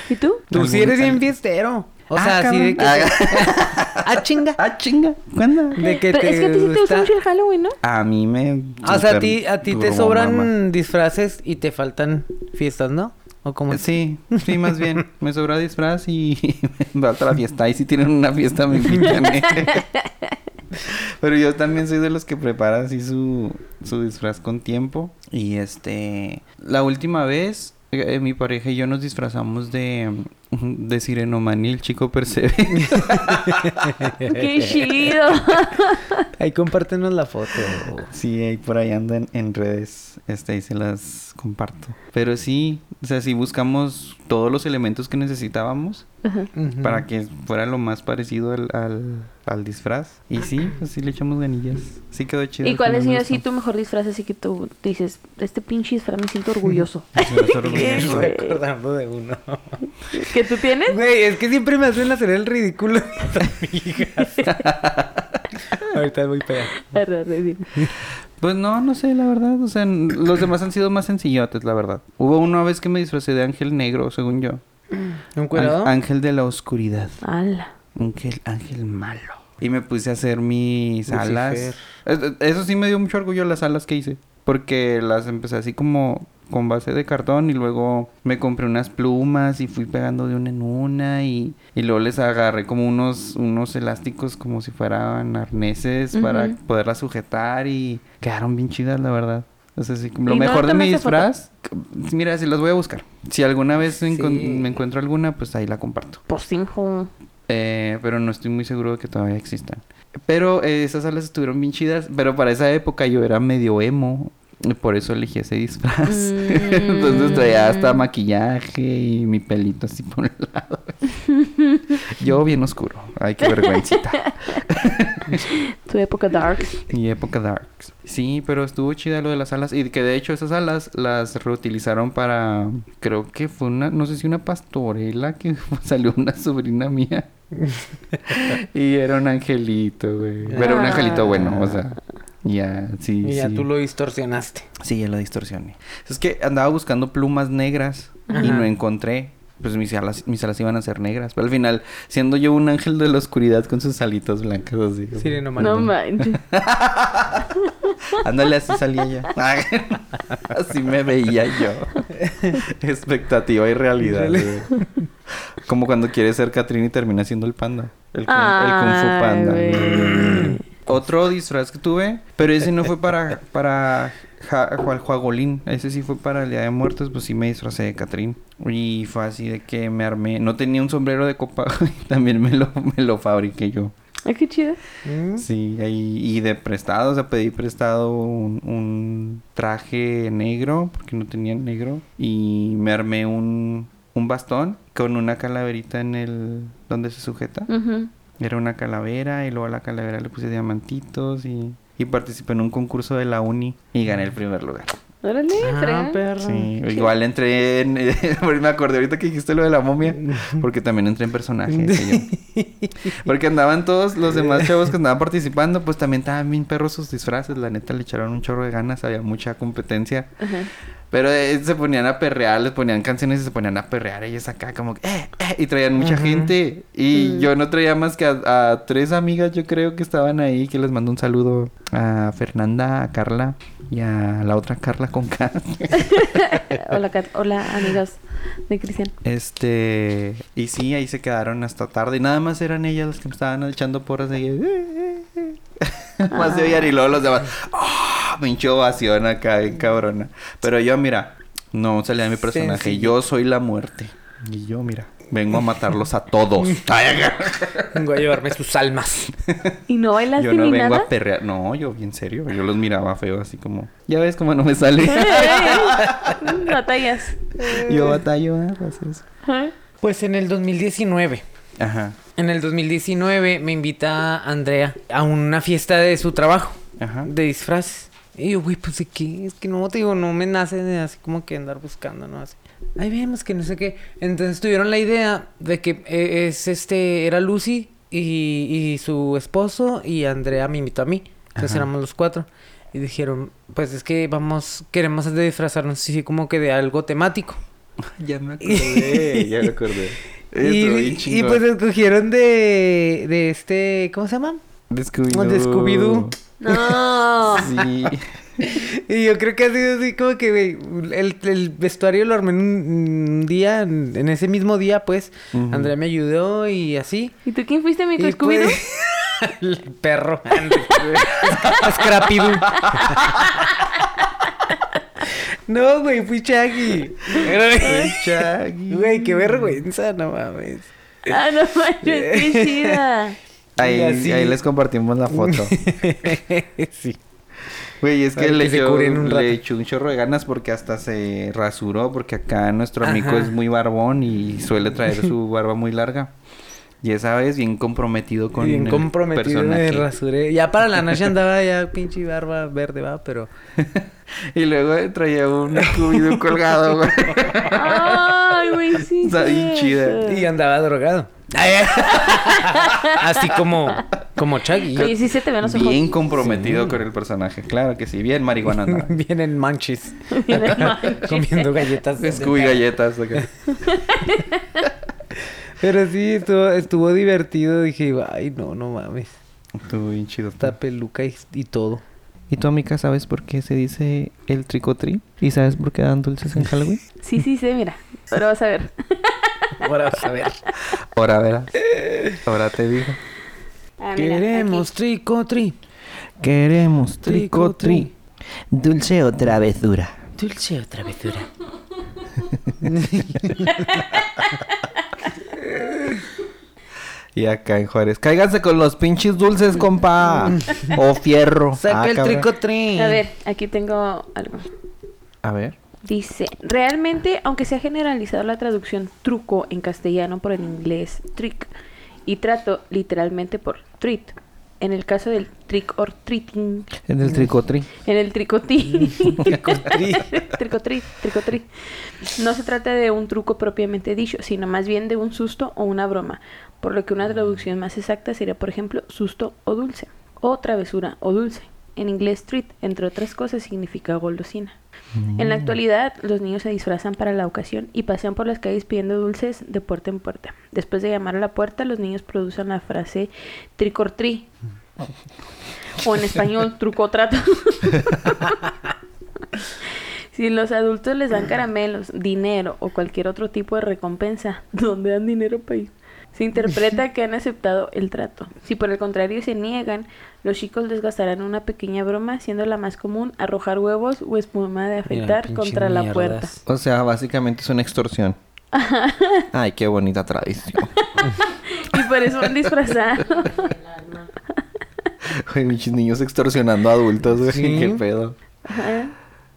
[SPEAKER 3] ¿Y tú?
[SPEAKER 4] Tú sí
[SPEAKER 2] Algún
[SPEAKER 4] eres bien
[SPEAKER 2] talento.
[SPEAKER 4] fiestero. O
[SPEAKER 2] Ah,
[SPEAKER 4] sea, así de que...
[SPEAKER 2] cabrón.
[SPEAKER 4] ah, chinga.
[SPEAKER 2] Ah, chinga. ¿Cuándo?
[SPEAKER 4] De que
[SPEAKER 3] pero
[SPEAKER 4] te
[SPEAKER 3] es que a ti sí te gusta
[SPEAKER 4] gusta-
[SPEAKER 3] mucho el Halloween, ¿no?
[SPEAKER 2] A mí me.
[SPEAKER 4] Ah, O sea, a
[SPEAKER 2] super
[SPEAKER 4] ti, a ti te
[SPEAKER 2] turbo
[SPEAKER 4] sobran
[SPEAKER 2] mama.
[SPEAKER 4] disfraces y te faltan fiestas, ¿no? ¿O como
[SPEAKER 2] Sí, sí, más bien. Me sobra disfraz y me va a la fiesta. Y si tienen una fiesta, me invitan. ¿eh? Pero yo también soy de los que prepara así su, su disfraz con tiempo. Y este. La última vez, eh, mi pareja y yo nos disfrazamos de. De Sirenomanil, chico Percebe.
[SPEAKER 3] ¡Qué chido!
[SPEAKER 4] Ahí compártenos la foto.
[SPEAKER 2] Sí, ahí por ahí andan en redes, este, y se las comparto. Pero sí, o sea, sí buscamos todos los elementos que necesitábamos
[SPEAKER 4] Ujú.
[SPEAKER 2] para que fuera lo más parecido al, al, al disfraz. Y sí, pues sí le echamos ganillas. Sí quedó chido.
[SPEAKER 3] ¿Y
[SPEAKER 2] al
[SPEAKER 3] cuál
[SPEAKER 2] final
[SPEAKER 3] es
[SPEAKER 2] me
[SPEAKER 3] sido
[SPEAKER 2] gustó.
[SPEAKER 3] así tu mejor disfraz? Así que tú dices, este pinche disfraz me siento orgulloso.
[SPEAKER 2] Me gustó lo
[SPEAKER 4] Me
[SPEAKER 3] Qué
[SPEAKER 2] mismo.
[SPEAKER 4] estoy
[SPEAKER 3] güey.
[SPEAKER 4] acordando de uno.
[SPEAKER 3] ¿Que tú tienes?
[SPEAKER 4] Güey, es que siempre me hacen hacer el ridículo amigas. Ahorita voy para allá.
[SPEAKER 3] Arre, arre, dime.
[SPEAKER 2] Pues no, no sé, la verdad. O sea, n- los demás han sido más sencillotes, la verdad. Hubo una vez que me disfracé de ángel negro, según yo.
[SPEAKER 4] ¿Un cuerado?
[SPEAKER 2] Ángel- ángel de la oscuridad.
[SPEAKER 3] Ala.
[SPEAKER 2] Ángel, ángel malo. Y me puse a hacer mis
[SPEAKER 4] Lucifer.
[SPEAKER 2] alas. Es- Eso sí me dio mucho orgullo las alas que hice. Porque las empecé así como con base de cartón y luego me compré unas plumas y fui pegando de una en una y, y luego les agarré como unos, unos elásticos como si fueran arneses para
[SPEAKER 3] Ujú.
[SPEAKER 2] poderlas sujetar y quedaron bien chidas la verdad. O sea, sí,
[SPEAKER 3] ¿Y
[SPEAKER 2] lo
[SPEAKER 3] no
[SPEAKER 2] mejor de mi
[SPEAKER 3] tomaste foto?
[SPEAKER 2] disfraz, mira, si los voy a buscar. Si alguna vez encon-
[SPEAKER 4] Sí.
[SPEAKER 2] me encuentro alguna, pues ahí la comparto.
[SPEAKER 3] Pues sí, hijo.
[SPEAKER 2] Eh, pero no estoy muy seguro de que todavía existan. Pero eh, esas alas estuvieron bien chidas. Pero para esa época yo era medio emo. y Por eso elegí ese disfraz. Entonces traía hasta maquillaje y mi pelito así por un lado. yo bien oscuro. Ay, qué vergüencita.
[SPEAKER 3] Tu época darks.
[SPEAKER 2] Mi época darks. Sí, pero estuvo chida lo de las alas. Y que de hecho esas alas las reutilizaron para... Creo que fue una... No sé si una pastorela que salió una sobrina mía. y era un angelito, güey. Pero era un angelito bueno, o sea. Ya, sí,
[SPEAKER 4] Y ya
[SPEAKER 2] sí.
[SPEAKER 4] tú lo distorsionaste.
[SPEAKER 2] Sí, ya lo distorsioné. Es que andaba buscando plumas negras y
[SPEAKER 4] Ajá.
[SPEAKER 2] no encontré. Pues mis alas, mis alas iban a ser negras. Pero al final, siendo yo un ángel de la oscuridad con sus alitas blancas así.
[SPEAKER 4] Sireno
[SPEAKER 3] No
[SPEAKER 4] Manuel.
[SPEAKER 3] manches.
[SPEAKER 2] Ándale, así salía yo. Ay, así me veía yo. Expectativa y realidad.
[SPEAKER 4] Chale.
[SPEAKER 2] güey. Como cuando quieres ser Catrín y termina siendo el panda. El, kung- el Kung Fu
[SPEAKER 3] Ay,
[SPEAKER 2] Panda.
[SPEAKER 3] güey.
[SPEAKER 2] Otro disfraz que tuve, pero ese no fue para, para Ja- Juan Juagolín. Ese sí fue para el Día de Muertos, pues sí me disfracé de Catrín. Y fue así de que me armé. No tenía un sombrero de copa, y también me lo, me lo fabriqué yo.
[SPEAKER 3] Ay, Ah, qué chido.
[SPEAKER 4] Mm.
[SPEAKER 2] Sí, ahí- y de prestado, o sea, pedí prestado un, un traje negro, porque no tenía negro, y me armé un, un bastón con una calaverita en el... donde se sujeta.
[SPEAKER 3] Ujú.
[SPEAKER 2] Era una calavera y luego a la calavera le puse diamantitos y, y participé en un concurso de la uni y gané el primer lugar.
[SPEAKER 3] Órale,
[SPEAKER 4] Ah,
[SPEAKER 3] fregada.
[SPEAKER 4] perro.
[SPEAKER 2] Sí, igual entré en... me acordé ahorita que dijiste lo de la momia, porque también entré en personaje. ese yo. Porque andaban todos los demás chavos que andaban participando, pues también estaban bien perros sus disfraces, la neta le echaron un chorro de ganas, había mucha competencia.
[SPEAKER 3] Ajá.
[SPEAKER 2] Pero eh, se ponían a perrear, les ponían canciones y se ponían a perrear ellos acá como que, eh, eh, y traían mucha
[SPEAKER 4] Ajá.
[SPEAKER 2] gente. Y
[SPEAKER 3] Mm.
[SPEAKER 2] yo no traía más que a, a tres amigas, yo creo que estaban ahí, que les mando un saludo a Fernanda, a Carla y a la otra Carla con K.
[SPEAKER 3] Hola, Kat. Hola, amigos de Cristian.
[SPEAKER 2] Este, y sí, ahí se quedaron hasta tarde. Y nada más eran ellas las que me estaban echando porras ahí. eh, eh, eh. más de oír y luego los demás. ¡Ah! pinche ovación acá, bien cabrona. Pero yo, mira, no salía de mi personaje.
[SPEAKER 4] Sencillo.
[SPEAKER 2] Yo soy la muerte. Y yo, mira, vengo a matarlos a todos. Ay, acá.
[SPEAKER 4] Vengo a llevarme sus almas.
[SPEAKER 3] ¿Y no bailaste
[SPEAKER 2] yo no
[SPEAKER 3] ni
[SPEAKER 2] vengo
[SPEAKER 3] nada?
[SPEAKER 2] a perrear. No, yo, en serio. Yo los miraba feo, así como, ya ves cómo no me sale.
[SPEAKER 3] Ey, Batallas.
[SPEAKER 2] yo batallo, ah, pues eso.
[SPEAKER 3] Ajá.
[SPEAKER 4] Pues en el 2019.
[SPEAKER 2] Ajá,
[SPEAKER 4] En el 2019 me invita Andrea a una fiesta de su trabajo.
[SPEAKER 2] ajá.
[SPEAKER 4] De disfraz. Y yo, güey, pues de qué, es que no, te digo, no me nace de así como que andar buscando, ¿no? Así. Ahí vemos que no sé qué. Entonces tuvieron la idea de que eh, es este, era Lucy y, y su esposo y Andrea me invitó a mí. Entonces
[SPEAKER 2] Ajá.
[SPEAKER 4] éramos los cuatro. Y dijeron, pues es que vamos, queremos de disfrazarnos así como que de algo temático.
[SPEAKER 2] Ya me
[SPEAKER 4] acordé, ya me
[SPEAKER 2] acordé.
[SPEAKER 4] Y, y pues escogieron de, de este, ¿cómo se llama?
[SPEAKER 2] de
[SPEAKER 4] de Scooby-Doo.
[SPEAKER 3] No.
[SPEAKER 2] Sí.
[SPEAKER 4] Y yo creo que ha sido así como que, güey, el, el vestuario lo armé en un, un día, en, en ese mismo día, pues,
[SPEAKER 2] Ujú.
[SPEAKER 4] Andrea me ayudó y así.
[SPEAKER 3] ¿Y tú quién fuiste, mi
[SPEAKER 4] Y
[SPEAKER 3] Scooby-Doo?
[SPEAKER 4] pues- el perro. Scrappy No, güey, fui Shaggy. Era-
[SPEAKER 2] Shaggy.
[SPEAKER 4] Güey, qué vergüenza, no mames.
[SPEAKER 3] Ah, no manches, qué chida.
[SPEAKER 2] Ahí,
[SPEAKER 4] Y así.
[SPEAKER 2] ahí les compartimos la foto.
[SPEAKER 4] sí.
[SPEAKER 2] Güey, es que,
[SPEAKER 4] Para
[SPEAKER 2] le,
[SPEAKER 4] que se
[SPEAKER 2] echó,
[SPEAKER 4] curen un rato.
[SPEAKER 2] le echó un chorro de ganas porque hasta se rasuró. Porque acá nuestro amigo
[SPEAKER 4] Ajá.
[SPEAKER 2] es muy barbón y suele traer su barba muy larga. Y esa vez bien comprometido con
[SPEAKER 4] Bien
[SPEAKER 2] el
[SPEAKER 4] comprometido me
[SPEAKER 2] personaje.
[SPEAKER 4] rasuré. Ya para la noche andaba ya pinche barba verde, va, pero...
[SPEAKER 2] Y luego eh, traía un Scooby-Doo colgado, güey.
[SPEAKER 3] Ay, güey, sí.
[SPEAKER 2] Está bien chida.
[SPEAKER 3] cierto.
[SPEAKER 4] Y andaba drogado. Eh. Así como, como Chaggy.
[SPEAKER 3] Oye, sí se te ven los ojos.
[SPEAKER 2] Bien comprometido con el personaje. Claro que sí. Bien marihuana andaba.
[SPEAKER 4] Vienen manchis.
[SPEAKER 3] Bien, manches.
[SPEAKER 4] Comiendo galletas.
[SPEAKER 2] Scooby galletas. acá.
[SPEAKER 4] Pero sí, estuvo, estuvo divertido. Dije, ay, no, no mames.
[SPEAKER 2] Estuvo bien chido.
[SPEAKER 4] Esta peluca y, y todo.
[SPEAKER 2] ¿Y tú, amiga, sabes por qué se dice el tricotri? ¿Y sabes por qué dan dulces en Halloween?
[SPEAKER 3] Sí, sí, sí, mira. Ahora vas a ver.
[SPEAKER 4] Ahora vas a ver.
[SPEAKER 2] Ahora verás. Ahora te digo.
[SPEAKER 3] Ah, mira,
[SPEAKER 4] Queremos tricotri.
[SPEAKER 2] Queremos
[SPEAKER 4] tricotri.
[SPEAKER 2] Dulce o travezura.
[SPEAKER 4] Dulce o travesura.
[SPEAKER 2] Y acá en Juárez, cáiganse con los pinches dulces, compa. o fierro.
[SPEAKER 4] Saca
[SPEAKER 2] Ah,
[SPEAKER 4] el
[SPEAKER 2] cabrón.
[SPEAKER 4] tricotrín.
[SPEAKER 3] A ver, aquí tengo algo.
[SPEAKER 2] A ver.
[SPEAKER 3] Dice, realmente, aunque se ha generalizado la traducción truco en castellano por el inglés trick y trato literalmente por treat, en el caso del trick or treating,
[SPEAKER 2] En el tricotrín.
[SPEAKER 3] en el tricotí,
[SPEAKER 4] Tricotrín.
[SPEAKER 3] tricotrí, tricotrí, no se trata de un truco propiamente dicho, sino más bien de un susto o una broma, por lo que una traducción más exacta sería, por ejemplo, susto o dulce, o travesura o dulce. En inglés, treat, entre otras cosas, significa golosina. En la actualidad, los niños se disfrazan para la ocasión y pasean por las calles pidiendo dulces de puerta en puerta. Después de llamar a la puerta, los niños producen la frase tricortri. O en español, truco o trato. si los adultos les dan caramelos, dinero o cualquier otro tipo de recompensa, ¿dónde dan dinero país? Se interpreta que han aceptado el trato. Si por el contrario se niegan, los chicos les gastarán una pequeña broma, siendo la más común arrojar huevos o espuma de afeitar
[SPEAKER 4] pinche
[SPEAKER 3] contra la
[SPEAKER 4] mierdas.
[SPEAKER 3] puerta.
[SPEAKER 2] O sea, básicamente es una extorsión. Ay, qué bonita tradición.
[SPEAKER 3] Y por eso un disfrazado.
[SPEAKER 2] Güey, pinches niños extorsionando a adultos, güey.
[SPEAKER 4] Sí.
[SPEAKER 2] Qué pedo.
[SPEAKER 3] Ajá.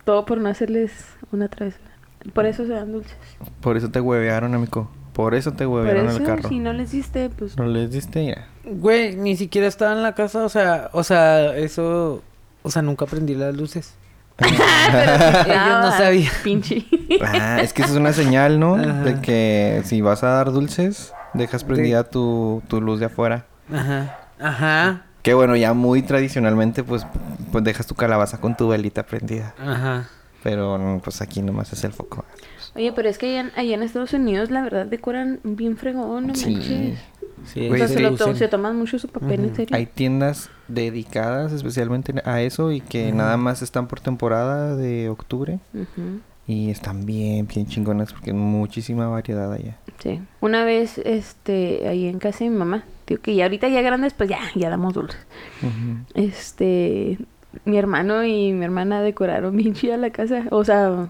[SPEAKER 3] Todo por no hacerles una travesura. Por eso se dan dulces.
[SPEAKER 2] Por eso te huevearon, amigo. Por eso te
[SPEAKER 3] Por
[SPEAKER 2] huevearon el
[SPEAKER 3] eso,
[SPEAKER 2] carro.
[SPEAKER 3] si no les diste, pues.
[SPEAKER 2] No les diste ya.
[SPEAKER 4] Güey, ni siquiera estaba en la casa, o sea, o sea, eso, o sea, nunca prendí las luces. Ellos no
[SPEAKER 3] Ah,
[SPEAKER 4] sabían.
[SPEAKER 3] Pinche.
[SPEAKER 2] Ah, es que esa es una señal, ¿no?
[SPEAKER 4] Ajá.
[SPEAKER 2] De que si vas a dar dulces, dejas prendida tu, tu luz de afuera.
[SPEAKER 4] Ajá, ajá,
[SPEAKER 2] Que bueno, ya muy tradicionalmente, pues, pues dejas tu calabaza con tu velita prendida.
[SPEAKER 4] ajá.
[SPEAKER 2] Pero mm, pues aquí nomás es el foco.
[SPEAKER 3] Oye, pero es que allá, en- allá en Estados Unidos, la verdad, decoran bien fregón, no
[SPEAKER 2] Sí.
[SPEAKER 3] manches.
[SPEAKER 4] Sí,
[SPEAKER 3] O
[SPEAKER 2] Güey,
[SPEAKER 3] sea,
[SPEAKER 2] sí
[SPEAKER 3] se, lo to-
[SPEAKER 4] usan.
[SPEAKER 3] se toman mucho su papel, en serio.
[SPEAKER 2] Hay tiendas dedicadas especialmente a eso y que nada más están por temporada de octubre.
[SPEAKER 3] Ujú.
[SPEAKER 2] Y están bien, bien chingonas porque hay muchísima variedad allá.
[SPEAKER 3] Sí. Una vez, este, ahí en casa de mi mamá, digo que ya ahorita ya grandes, pues ya, ya damos dulces.
[SPEAKER 2] Ujú.
[SPEAKER 3] Este, mi hermano y mi hermana decoraron bien chida la casa. O sea,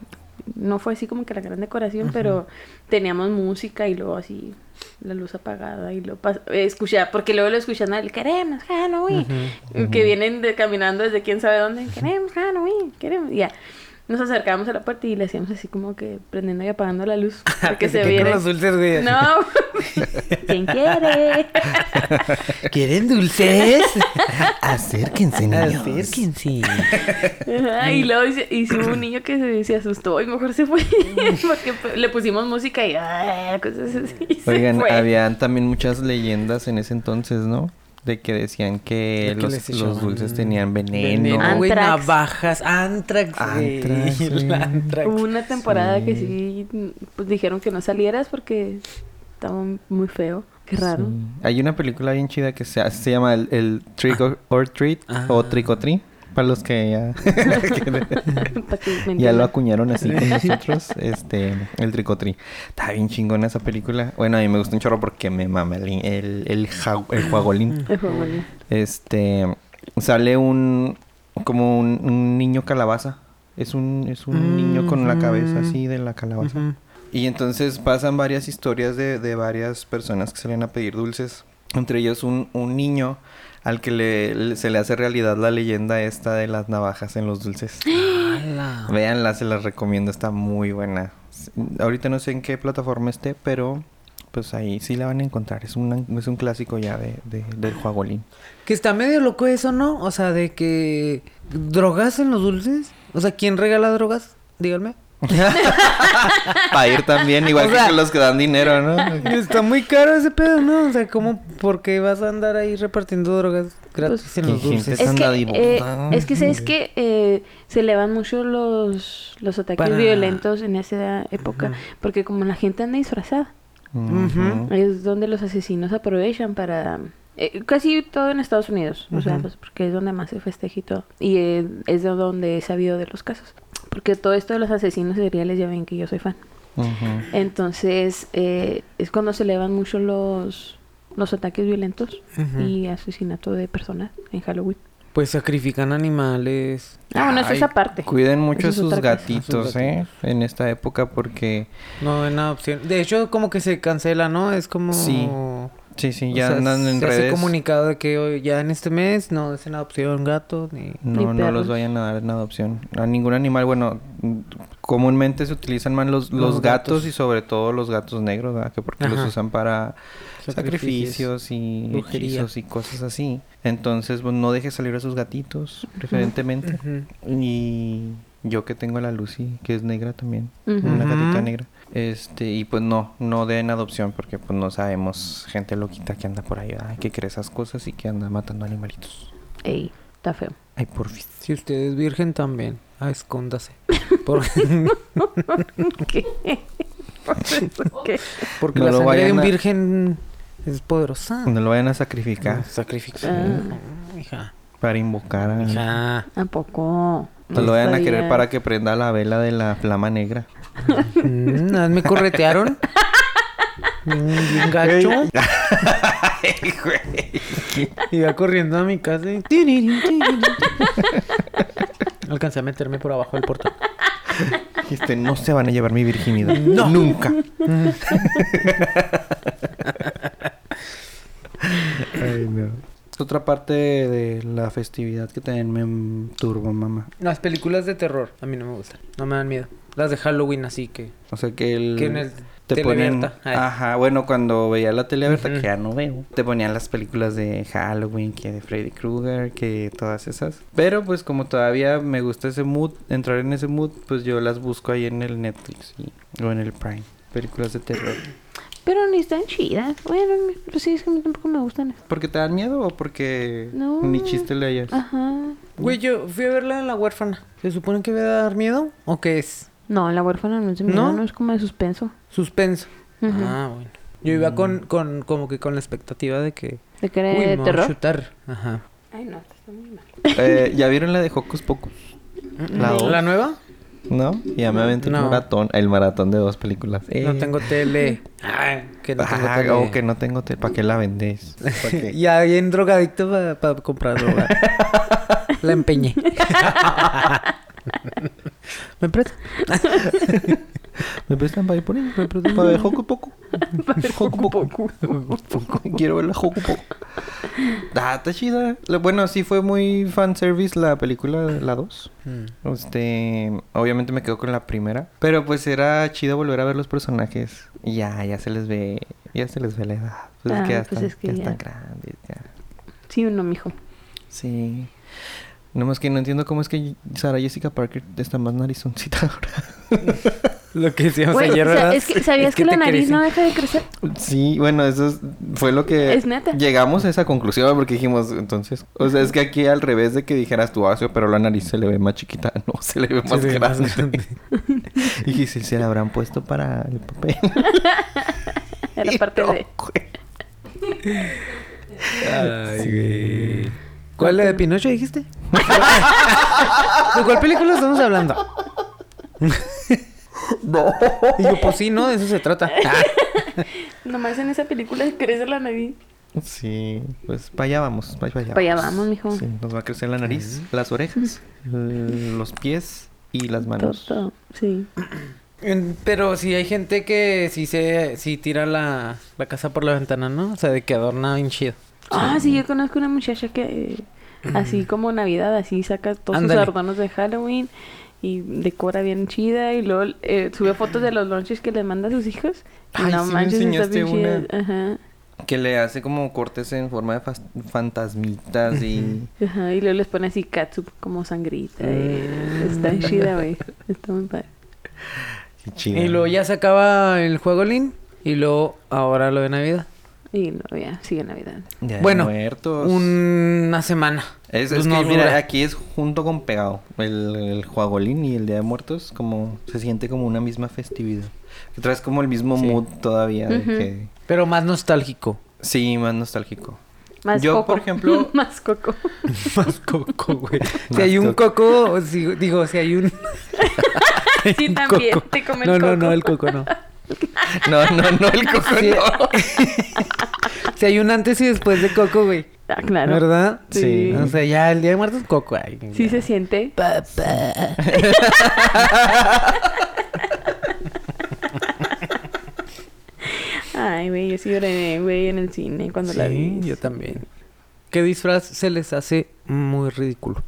[SPEAKER 3] no fue así como que la gran decoración, pero teníamos música y luego así la luz apagada y lo escuchaba, porque luego lo escuchan al queremos Halloween, que vienen de, caminando desde quién sabe dónde, queremos Halloween, queremos, y ya. Nos acercábamos a la puerta y le hacíamos así como que prendiendo y apagando la luz para que
[SPEAKER 4] Pensé
[SPEAKER 3] se
[SPEAKER 4] que
[SPEAKER 3] viera.
[SPEAKER 4] con los dulces, güey.
[SPEAKER 3] No, ¿quién quiere?
[SPEAKER 4] ¿Quieren dulces?
[SPEAKER 2] Acérquense, niños.
[SPEAKER 4] Acérquense.
[SPEAKER 3] Ajá, y luego hice- hice un niño que se, se asustó y mejor se fue porque pu- le pusimos música y ah, cosas así. y se
[SPEAKER 2] Oigan,
[SPEAKER 3] fue.
[SPEAKER 2] habían también muchas leyendas en ese entonces, ¿no? De que decían
[SPEAKER 4] De
[SPEAKER 2] que
[SPEAKER 4] que
[SPEAKER 2] los,
[SPEAKER 4] les
[SPEAKER 2] los
[SPEAKER 4] echaban
[SPEAKER 2] dulces tenían veneno.
[SPEAKER 4] Veneno, güey,
[SPEAKER 3] Antrax.
[SPEAKER 4] navajas, antrax, güey.
[SPEAKER 2] Antrax,
[SPEAKER 4] El
[SPEAKER 2] güey.
[SPEAKER 4] antrax.
[SPEAKER 3] Hubo una temporada que
[SPEAKER 2] Sí.
[SPEAKER 3] sí, pues dijeron que no salieras porque estaba muy feo. Qué raro.
[SPEAKER 2] Sí. Hay una película bien chida que se, se llama el, el Trick or, or Treat
[SPEAKER 4] Ah.
[SPEAKER 2] o Trick or Treat. Para los que ya,
[SPEAKER 3] Pa' que me
[SPEAKER 2] ya lo
[SPEAKER 3] entiendan.
[SPEAKER 2] acuñaron así con nosotros, este, el Trick or Treat. Está bien chingona esa película. Bueno, a mí me gusta un chorro porque me mama el, el, el, ja- el juagolín.
[SPEAKER 3] Ay, fue bueno.
[SPEAKER 2] Este, sale un, como un, un niño calabaza. Es un, es un niño con la cabeza así de la calabaza.
[SPEAKER 4] Ujú.
[SPEAKER 2] Y entonces pasan varias historias de, de varias personas que salen a pedir dulces. Entre ellos un, un niño al que le, le- se le hace realidad la leyenda esta de las navajas en los dulces.
[SPEAKER 4] Ala.
[SPEAKER 2] Véanla, se las recomiendo, está muy buena. S- Ahorita no sé en qué plataforma esté, pero pues ahí sí la van a encontrar. Es, una- es un clásico ya de, de- del juagolín.
[SPEAKER 4] Que está medio loco eso, ¿no? O sea, de que drogas en los dulces. O sea, ¿quién regala drogas? Díganme.
[SPEAKER 2] Para ir también, igual
[SPEAKER 4] O
[SPEAKER 2] que
[SPEAKER 4] sea-
[SPEAKER 2] con los que dan dinero, ¿no?
[SPEAKER 4] Está muy caro ese pedo, ¿no? O sea, ¿cómo? ¿Por qué vas a andar ahí repartiendo drogas gratis
[SPEAKER 3] Pues-
[SPEAKER 4] en los
[SPEAKER 2] Qué gente
[SPEAKER 4] dulces?
[SPEAKER 2] tan
[SPEAKER 3] Es que,
[SPEAKER 2] dadivosa.
[SPEAKER 3] eh, es que sabes que eh, se elevan mucho los, los ataques
[SPEAKER 4] Para-
[SPEAKER 3] violentos en esa época porque como la gente anda disfrazada.
[SPEAKER 2] Ujú.
[SPEAKER 3] Es donde los asesinos aprovechan para... eh, casi todo en Estados Unidos, o sea, pues porque es donde más se festeja y todo. Y eh, es de donde he sabido de los casos. Porque todo esto de los asesinos seriales, ya ven que yo soy fan.
[SPEAKER 2] Ujú.
[SPEAKER 3] Entonces, eh, es cuando se elevan mucho los, los ataques violentos y asesinato de personas en Halloween.
[SPEAKER 4] Pues sacrifican animales.
[SPEAKER 3] Ah, bueno, es
[SPEAKER 2] Ay,
[SPEAKER 3] esa parte.
[SPEAKER 2] Cuiden mucho
[SPEAKER 3] Eso
[SPEAKER 2] a
[SPEAKER 3] es
[SPEAKER 2] sus
[SPEAKER 3] otra cosa.
[SPEAKER 2] gatitos,
[SPEAKER 4] Sus
[SPEAKER 2] ¿eh? En esta época porque
[SPEAKER 4] No hay nada opción. De hecho, como que se cancela, ¿no? Es como...
[SPEAKER 2] Sí. Sí, sí,
[SPEAKER 4] O
[SPEAKER 2] ya
[SPEAKER 4] sea,
[SPEAKER 2] andan en
[SPEAKER 4] se hace
[SPEAKER 2] redes.
[SPEAKER 4] comunicado de que hoy, ya en este mes no es en adopción gatos ni...
[SPEAKER 3] Ni
[SPEAKER 2] No, no
[SPEAKER 3] perros.
[SPEAKER 2] los vayan a dar en adopción. A ningún animal, bueno, mm, comúnmente se utilizan más los, los
[SPEAKER 4] Los
[SPEAKER 2] gatos.
[SPEAKER 4] gatos.
[SPEAKER 2] y sobre todo los gatos negros, ¿verdad? Que porque los
[SPEAKER 4] Ajá.
[SPEAKER 2] usan para sacrificios, y
[SPEAKER 4] brujería.
[SPEAKER 2] hechizos y cosas así. Entonces, pues, no dejes salir a sus gatitos, preferentemente.
[SPEAKER 4] Ujú.
[SPEAKER 2] Y yo que tengo a la Lucy, que es negra también,
[SPEAKER 3] Ujú.
[SPEAKER 2] una gatita
[SPEAKER 4] Ujú.
[SPEAKER 2] negra. Este, y pues no, no den adopción porque pues no sabemos gente loquita que anda por ahí, ¿verdad? que cree esas cosas y que anda matando animalitos.
[SPEAKER 3] Ey, está feo.
[SPEAKER 2] Ay, porfis.
[SPEAKER 4] Si usted es virgen también, ah, escóndase. Por-
[SPEAKER 3] ¿Qué? ¿Qué?
[SPEAKER 4] porque
[SPEAKER 2] No
[SPEAKER 4] la
[SPEAKER 2] lo
[SPEAKER 4] sangre de
[SPEAKER 2] vayan
[SPEAKER 4] un
[SPEAKER 2] a-
[SPEAKER 4] virgen es poderosa.
[SPEAKER 2] No lo vayan a sacrificar
[SPEAKER 4] Sacrificio.
[SPEAKER 3] Ah.
[SPEAKER 4] Hija.
[SPEAKER 2] para invocar a...
[SPEAKER 4] Hija.
[SPEAKER 3] ¿A poco?
[SPEAKER 2] No lo vayan a querer
[SPEAKER 3] Estaría-
[SPEAKER 2] para que prenda la vela de la flama negra.
[SPEAKER 4] Mm, nada más me corretearon. Mm, Bien bien gacho. Iba corriendo a mi casa y... tirirín, tirirín. Alcancé a meterme por abajo del portal.
[SPEAKER 2] Dijiste, no se van a llevar mi virginidad. Nunca. Ay, no. Otra parte de la festividad que también me turbo, mamá.
[SPEAKER 4] Las películas de terror a mí no me gustan. No me dan miedo. Las de Halloween así que...
[SPEAKER 2] O sea que el...
[SPEAKER 4] Que en el
[SPEAKER 2] te ponen...
[SPEAKER 4] teleabierta. Ay.
[SPEAKER 2] Ajá, bueno, cuando veía la tele abierta,
[SPEAKER 4] Ujú.
[SPEAKER 2] que ya no veo, te ponían las películas de Halloween, que de Freddy Krueger, que todas esas. Pero pues como todavía me gusta ese mood, entrar en ese mood, pues yo las busco ahí en el Netflix y- o en el Prime. Películas de terror.
[SPEAKER 3] Pero ni están chidas. Bueno, me- pues sí, es que a mí tampoco me gustan.
[SPEAKER 2] ¿Porque te dan miedo o porque
[SPEAKER 3] No. Ah.
[SPEAKER 2] ni chiste le hayas?
[SPEAKER 3] Ajá.
[SPEAKER 4] Güey, yo fui a verla en La Huérfana. ¿Se supone que va a dar miedo? ¿O qué es?
[SPEAKER 3] No, la huérfana no es de miedo,
[SPEAKER 4] ¿No?
[SPEAKER 3] ¿No? es como de suspenso.
[SPEAKER 4] Suspenso.
[SPEAKER 3] Ujú.
[SPEAKER 4] Ah, bueno. Yo iba con, con, como que con la expectativa de que...
[SPEAKER 3] ¿De que era
[SPEAKER 4] Uy,
[SPEAKER 3] de
[SPEAKER 4] me va a
[SPEAKER 3] terror?
[SPEAKER 4] chutar. Ajá.
[SPEAKER 3] Ay, no, está muy mal.
[SPEAKER 2] Eh, ¿Ya vieron la de Hocus Pocus? La dos.
[SPEAKER 4] ¿La nueva?
[SPEAKER 2] ¿No? Ya me aventé el
[SPEAKER 4] No.
[SPEAKER 2] maratón, el maratón de dos películas.
[SPEAKER 4] No
[SPEAKER 2] Eh.
[SPEAKER 4] tengo tele. Ay, que no tengo
[SPEAKER 2] Ah,
[SPEAKER 4] tele.
[SPEAKER 2] o que no tengo tele. ¿Para qué la vendes? ¿Pa' qué?
[SPEAKER 4] Ya bien drogadicto para comprar droga. la empeñé. ¿Me prestas?
[SPEAKER 2] ¿Me prestan para ir por ahí? ¿Me prestan para ver Hocus Pocus? Hocus Pocus. Quiero ver la Hocus Pocus. Ah, está chida. La- Bueno, sí fue muy fanservice la película, la 2.
[SPEAKER 4] Mm.
[SPEAKER 2] Este, obviamente me quedo con la primera, pero pues era chido volver a ver los personajes. Y ya, ya se les ve, ya se les ve la edad. Pues es
[SPEAKER 3] Ah,
[SPEAKER 2] que ya
[SPEAKER 3] pues
[SPEAKER 2] están,
[SPEAKER 3] es que
[SPEAKER 2] ya
[SPEAKER 3] ya.
[SPEAKER 2] están grandes, ya.
[SPEAKER 3] Sí, uno, mijo.
[SPEAKER 2] Sí. Nomás que no entiendo cómo es que Sara Jessica Parker está más narizoncita ahora.
[SPEAKER 4] Lo que hicimos
[SPEAKER 3] Güey,
[SPEAKER 4] ayer,
[SPEAKER 3] o sea,
[SPEAKER 4] ¿verdad?
[SPEAKER 3] es que, ¿sabías
[SPEAKER 4] Es
[SPEAKER 3] que, la
[SPEAKER 4] te
[SPEAKER 3] nariz
[SPEAKER 4] crecen.
[SPEAKER 3] no deja de crecer?
[SPEAKER 2] sí, bueno, eso es- fue lo que
[SPEAKER 3] Es neta.
[SPEAKER 2] llegamos a esa conclusión porque dijimos, entonces, o sea, es que aquí al revés de que dijeras tu asio, pero la nariz se le ve más chiquita, no, se le ve
[SPEAKER 4] Sí,
[SPEAKER 2] más
[SPEAKER 4] sí, más
[SPEAKER 2] grande.
[SPEAKER 4] grande.
[SPEAKER 2] Y dije, "Sí, se la habrán puesto para el papel.
[SPEAKER 3] Era parte
[SPEAKER 2] No,
[SPEAKER 3] de...
[SPEAKER 2] güey.
[SPEAKER 4] Ay, güey. ¿Cuál la de Pinocho dijiste? ¿De cuál película estamos hablando?
[SPEAKER 2] No.
[SPEAKER 4] Y yo, pues sí, ¿no? De eso se trata.
[SPEAKER 3] Nomás en esa película crece la nariz.
[SPEAKER 2] Sí, pues para allá vamos. Para allá,
[SPEAKER 3] Pa' allá
[SPEAKER 2] vamos.
[SPEAKER 3] vamos, mijo.
[SPEAKER 2] Sí, nos va a crecer la nariz, las orejas, l- los pies y las manos.
[SPEAKER 3] Todo, Sí.
[SPEAKER 4] En- Pero sí hay gente que sí se sí tira la, la casa por la ventana, ¿no? O sea, de que adorna bien chido.
[SPEAKER 3] Ah, sí, yo conozco una muchacha que eh, así como Navidad, así saca todos
[SPEAKER 4] Ándale.
[SPEAKER 3] sus adornos de Halloween y decora bien chida y luego eh, sube fotos de los lunches que le manda a sus hijos. Y
[SPEAKER 2] Ay,
[SPEAKER 3] no
[SPEAKER 2] sí me
[SPEAKER 3] manches, está
[SPEAKER 2] enseñaste
[SPEAKER 3] bien chida.
[SPEAKER 2] una.
[SPEAKER 3] Ajá.
[SPEAKER 2] Que le hace como cortes en forma de fas- fantasmitas y...
[SPEAKER 3] Ajá, y luego les pone así katsup como sangrita. eh,
[SPEAKER 4] Ah.
[SPEAKER 3] Está chida, güey. Está muy padre.
[SPEAKER 2] Qué chido.
[SPEAKER 4] Y luego ya se acaba el juego Lin y luego ahora lo de Navidad.
[SPEAKER 3] Y luego ya sigue Navidad.
[SPEAKER 2] Ya
[SPEAKER 4] bueno,
[SPEAKER 2] muertos.
[SPEAKER 4] Una semana.
[SPEAKER 2] Es,
[SPEAKER 4] Pues
[SPEAKER 2] es
[SPEAKER 4] no
[SPEAKER 2] que, mira,
[SPEAKER 4] dura.
[SPEAKER 2] aquí es junto con pegado. El, el Juagolín y el Día de Muertos como... Se siente como una misma festividad. Que traes como el mismo
[SPEAKER 4] Sí.
[SPEAKER 2] mood todavía de que...
[SPEAKER 4] Pero más nostálgico.
[SPEAKER 2] Sí, más nostálgico.
[SPEAKER 3] Más
[SPEAKER 2] Yo,
[SPEAKER 3] coco.
[SPEAKER 2] por ejemplo-
[SPEAKER 3] Más coco.
[SPEAKER 4] más coco, güey. Si
[SPEAKER 2] Más
[SPEAKER 4] hay un coco, si- digo, si hay un. hay
[SPEAKER 3] Sí,
[SPEAKER 4] un
[SPEAKER 3] también, te come el
[SPEAKER 4] no, No,
[SPEAKER 3] coco.
[SPEAKER 4] no, el coco no.
[SPEAKER 2] No, no, no, el coco
[SPEAKER 4] Sí.
[SPEAKER 2] no.
[SPEAKER 4] Si hay un antes y después de coco, güey.
[SPEAKER 3] Ah, claro.
[SPEAKER 4] ¿Verdad?
[SPEAKER 3] Sí.
[SPEAKER 4] O sea, ya el día de muertos, coco. Ay,
[SPEAKER 3] Sí
[SPEAKER 4] ya.
[SPEAKER 3] se siente. Ay, güey, yo sí lloré, güey, en el cine cuando la vi.
[SPEAKER 4] Sí, yo también. ¿Qué disfraz se les hace muy ridículo?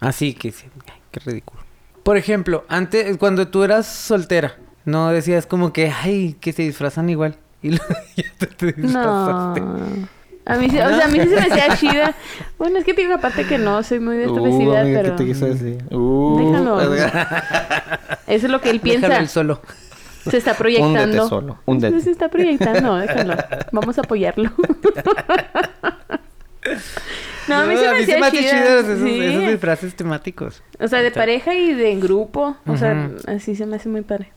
[SPEAKER 4] Así que sí, ay, qué ridículo. Por ejemplo, antes, cuando tú eras soltera, no decías como que, ay, que se disfrazan igual. Y luego ya te, te
[SPEAKER 3] No.
[SPEAKER 4] disfrazaste.
[SPEAKER 3] A mí, sí- o sea, a mí sí se me hacía chida. Bueno, es que tengo aparte que no, soy muy de esta
[SPEAKER 2] Uh,
[SPEAKER 3] festividad,
[SPEAKER 2] amiga, ¿qué
[SPEAKER 3] pero... mm,
[SPEAKER 2] te quiso decir? Uh,
[SPEAKER 3] Déjalo. Eso es lo que él
[SPEAKER 4] Déjalo
[SPEAKER 3] piensa.
[SPEAKER 4] él solo.
[SPEAKER 3] Se está proyectando.
[SPEAKER 2] Húndete solo, húndete.
[SPEAKER 3] Se está proyectando, déjalo. Vamos a apoyarlo. no, a mí se me hacía
[SPEAKER 4] hace
[SPEAKER 3] chida.
[SPEAKER 4] chidos esos,
[SPEAKER 3] Sí.
[SPEAKER 4] esos disfraces temáticos.
[SPEAKER 3] O sea, de pareja y de en grupo. O sea,
[SPEAKER 4] Ujú.
[SPEAKER 3] así se me hace muy padre.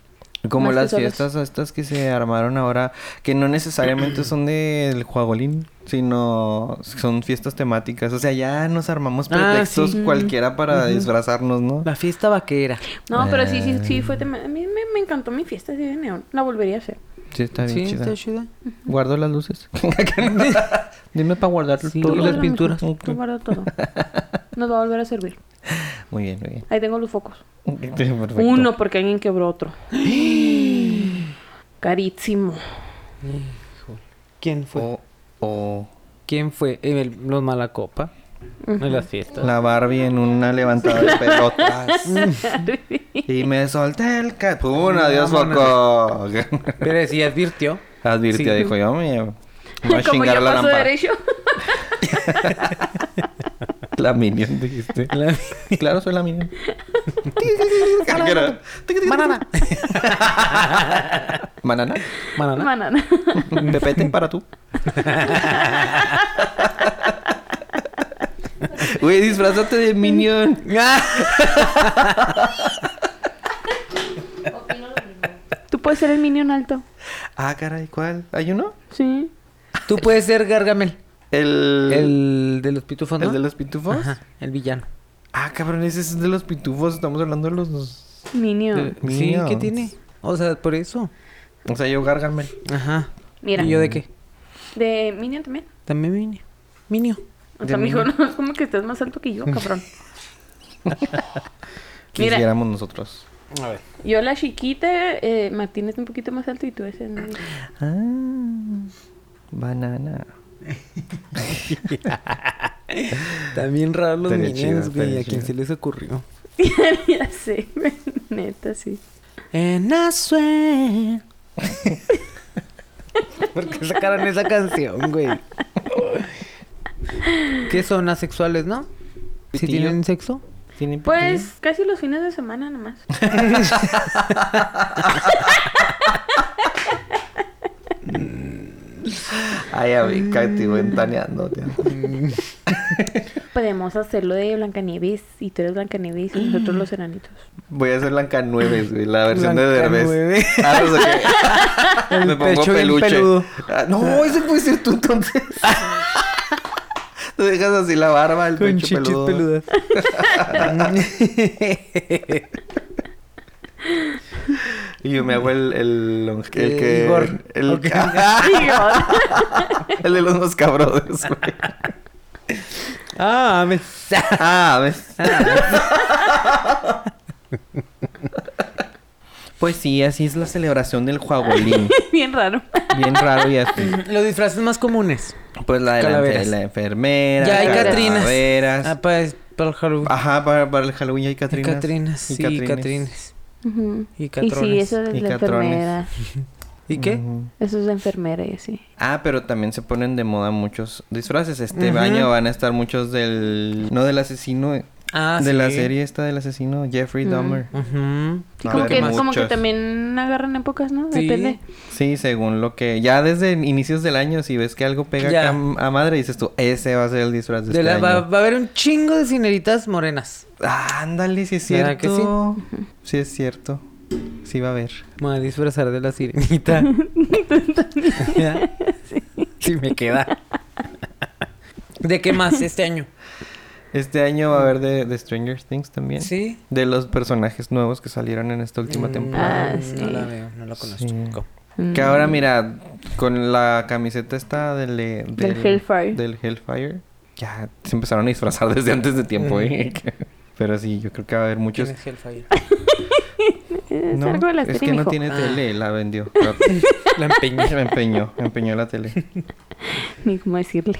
[SPEAKER 2] Como
[SPEAKER 3] Más que
[SPEAKER 2] las
[SPEAKER 3] solos.
[SPEAKER 2] fiestas estas que se armaron ahora, que no necesariamente son del juagolín, sino son fiestas temáticas. O sea, ya nos armamos
[SPEAKER 4] Ah,
[SPEAKER 2] pretextos
[SPEAKER 4] sí.
[SPEAKER 2] cualquiera para disfrazarnos, ¿no?
[SPEAKER 4] La fiesta vaquera.
[SPEAKER 3] No, pero sí, sí, sí, fue... tema- A mí me, me encantó mi fiesta así de neón. La volvería a hacer.
[SPEAKER 2] Sí, está bien
[SPEAKER 4] Sí,
[SPEAKER 2] chida.
[SPEAKER 4] está chida.
[SPEAKER 2] Guardo las luces. Dime para guardar
[SPEAKER 4] Sí,
[SPEAKER 2] todo.
[SPEAKER 4] y las
[SPEAKER 3] Guárdalo,
[SPEAKER 4] pinturas.
[SPEAKER 3] mijo. Tú guarda todo. Nos va a volver a servir.
[SPEAKER 2] Muy bien, muy bien.
[SPEAKER 3] Ahí tengo los focos.
[SPEAKER 2] Perfecto.
[SPEAKER 3] Uno, porque alguien quebró otro. Carísimo.
[SPEAKER 4] ¿Quién fue?
[SPEAKER 2] O, o
[SPEAKER 4] ¿Quién fue? Eh, el- los Malacopa. En las fiestas.
[SPEAKER 2] la Barbie en una levantada de pelotas. Mm. y me solté el ca... ¡Pum! ¡Adiós, foco!
[SPEAKER 4] Pero sí advirtió.
[SPEAKER 2] Advirtió,
[SPEAKER 4] Sí.
[SPEAKER 2] dijo yo, me voy a
[SPEAKER 3] Como
[SPEAKER 2] chingar
[SPEAKER 3] yo
[SPEAKER 2] la
[SPEAKER 3] paso
[SPEAKER 2] lámpara.
[SPEAKER 3] derecho.
[SPEAKER 2] La Minion, dijiste.
[SPEAKER 3] Ah.
[SPEAKER 4] La-
[SPEAKER 2] Claro, soy la Minion.
[SPEAKER 4] Banana.
[SPEAKER 2] Banana.
[SPEAKER 4] Banana.
[SPEAKER 3] Banana.
[SPEAKER 2] Pepete para tú. Güey, disfrázate de Minion.
[SPEAKER 3] Tú puedes ser el minion alto.
[SPEAKER 2] Ah, caray, ¿cuál? ¿Hay uno?
[SPEAKER 3] Sí.
[SPEAKER 4] Tú puedes ser Gargamel.
[SPEAKER 2] El.
[SPEAKER 4] El de los pitufos, ¿no?
[SPEAKER 2] ¿El de los pitufos?
[SPEAKER 4] Ajá, el villano.
[SPEAKER 2] Ah, cabrón, ese es de los pitufos. Estamos hablando de los.
[SPEAKER 3] Minion.
[SPEAKER 2] Eh,
[SPEAKER 4] Sí,
[SPEAKER 2] Minions.
[SPEAKER 4] ¿qué tiene? O sea, por eso.
[SPEAKER 2] O sea, yo Gargamel.
[SPEAKER 4] Ajá.
[SPEAKER 3] Mira.
[SPEAKER 4] ¿Y yo de qué?
[SPEAKER 3] De minion también.
[SPEAKER 4] También Minio. Minio.
[SPEAKER 3] O sea, mijo, no, es como que estás más alto que yo, cabrón. Mira.
[SPEAKER 2] Quisiéramos nosotros.
[SPEAKER 4] A ver.
[SPEAKER 3] Yo la chiquita, eh, Martín es un poquito más alto y tú ese. ¿no?
[SPEAKER 2] Ah. Banana.
[SPEAKER 4] También raros los
[SPEAKER 2] Estaría chido,
[SPEAKER 4] Minions, güey.
[SPEAKER 2] estaría
[SPEAKER 4] ¿A quién
[SPEAKER 2] chido.
[SPEAKER 4] se les ocurrió?
[SPEAKER 3] ya sé, güey. neta, sí.
[SPEAKER 4] En Asue. ¿Por qué sacaron esa canción, güey? ¿Qué son asexuales, no? ¿Si
[SPEAKER 2] Pitillo.
[SPEAKER 4] tienen sexo?
[SPEAKER 2] ¿Tiene
[SPEAKER 3] Pues casi los fines de semana nomás.
[SPEAKER 2] pitillo? Ay, a ver, Katy, ventaneando, tío.
[SPEAKER 3] Podemos hacerlo de Blancanieves y tú eres Blancanieves y nosotros los enanitos.
[SPEAKER 2] Voy a hacer Blanca Nueves, güey, la versión de
[SPEAKER 4] Blancanueve.
[SPEAKER 2] Derbez. Ah, no sé qué.
[SPEAKER 4] El
[SPEAKER 2] Me pongo
[SPEAKER 4] pecho bien
[SPEAKER 2] peluche.
[SPEAKER 4] peludo.
[SPEAKER 2] Ah, no, ese puede ser tú entonces. Tú dejas así la barba, el
[SPEAKER 4] Con
[SPEAKER 2] pecho
[SPEAKER 4] chichis
[SPEAKER 2] peludo.
[SPEAKER 4] peludas.
[SPEAKER 2] Y yo me hago el el, el
[SPEAKER 4] Eh,
[SPEAKER 2] que
[SPEAKER 4] Igor.
[SPEAKER 2] el,
[SPEAKER 4] Ok.
[SPEAKER 2] el de los más cabrones, güey.
[SPEAKER 4] ah, me...
[SPEAKER 2] Ah, ¿ves? Ah, Pues sí, así es la celebración del Juagolín.
[SPEAKER 3] Bien raro.
[SPEAKER 2] Bien raro y así.
[SPEAKER 4] Los disfraces más comunes.
[SPEAKER 2] Pues la de la,
[SPEAKER 4] Calaveras.
[SPEAKER 2] la enfermera.
[SPEAKER 4] Ya hay Catrinas.
[SPEAKER 2] calaveras.
[SPEAKER 4] Ah, para, para el Halloween.
[SPEAKER 2] Ajá, para, para el Halloween ya hay
[SPEAKER 4] Y
[SPEAKER 2] Ah, Catrinas.
[SPEAKER 4] Catrinas. Sí, Catrines.
[SPEAKER 3] Ujú.
[SPEAKER 4] Y
[SPEAKER 3] Y
[SPEAKER 4] Catrones.
[SPEAKER 3] sí, eso es
[SPEAKER 2] Y
[SPEAKER 3] la
[SPEAKER 2] catrones.
[SPEAKER 3] enfermera.
[SPEAKER 4] ¿Y qué?
[SPEAKER 2] Ujú.
[SPEAKER 3] Eso es la enfermera y así.
[SPEAKER 2] Ah, pero también se ponen de moda muchos disfraces. Este
[SPEAKER 4] Ujú.
[SPEAKER 2] año van a estar muchos del... No, del asesino.
[SPEAKER 4] Ah,
[SPEAKER 2] de
[SPEAKER 4] sí.
[SPEAKER 2] la serie esta del asesino. Jeffrey Dahmer.
[SPEAKER 4] Ujú.
[SPEAKER 3] Sí,
[SPEAKER 2] A
[SPEAKER 3] como
[SPEAKER 2] ver,
[SPEAKER 3] que, como que
[SPEAKER 2] muchos.
[SPEAKER 3] también agarran épocas, ¿no?
[SPEAKER 4] Sí.
[SPEAKER 3] Depende.
[SPEAKER 2] Ah, Sí, según lo que... Ya desde inicios del año, si ves que algo pega
[SPEAKER 4] Ya.
[SPEAKER 2] acá a madre, dices tú, ese va a ser el disfraz de,
[SPEAKER 4] De
[SPEAKER 2] este
[SPEAKER 4] la- va,
[SPEAKER 2] año.
[SPEAKER 4] va a haber un chingo de cineritas morenas.
[SPEAKER 2] Ah, ándale, sí es
[SPEAKER 4] ¿Verdad que sí?
[SPEAKER 2] cierto. sí? es cierto. Sí va a haber.
[SPEAKER 4] Me voy a disfrazar de la sirenita. sí, me queda. ¿De qué más este año?
[SPEAKER 2] Este año va a haber de, de Stranger Things también.
[SPEAKER 4] Sí.
[SPEAKER 2] De los personajes nuevos que salieron en esta última
[SPEAKER 4] Mm,
[SPEAKER 2] temporada.
[SPEAKER 3] Ah, sí.
[SPEAKER 4] No la veo, no la conozco.
[SPEAKER 2] Sí.
[SPEAKER 3] Ah.
[SPEAKER 2] Que ahora, mira, con la camiseta esta del... eh,
[SPEAKER 3] Mm, Del Hellfire.
[SPEAKER 2] Del Hellfire. Ya se empezaron a disfrazar desde antes de tiempo, ¿eh? Pero sí, yo creo que va a haber muchos...
[SPEAKER 4] ¿Quién es Hellfire?
[SPEAKER 3] Es
[SPEAKER 2] No,
[SPEAKER 3] Eh, algo de la
[SPEAKER 2] es
[SPEAKER 3] serie,
[SPEAKER 2] que no
[SPEAKER 3] mijo.
[SPEAKER 2] tiene
[SPEAKER 4] Ah.
[SPEAKER 2] tele, la vendió. Claro.
[SPEAKER 4] La empeñé.
[SPEAKER 2] Me empeñó, me empeñó la tele.
[SPEAKER 3] Ni cómo decirle.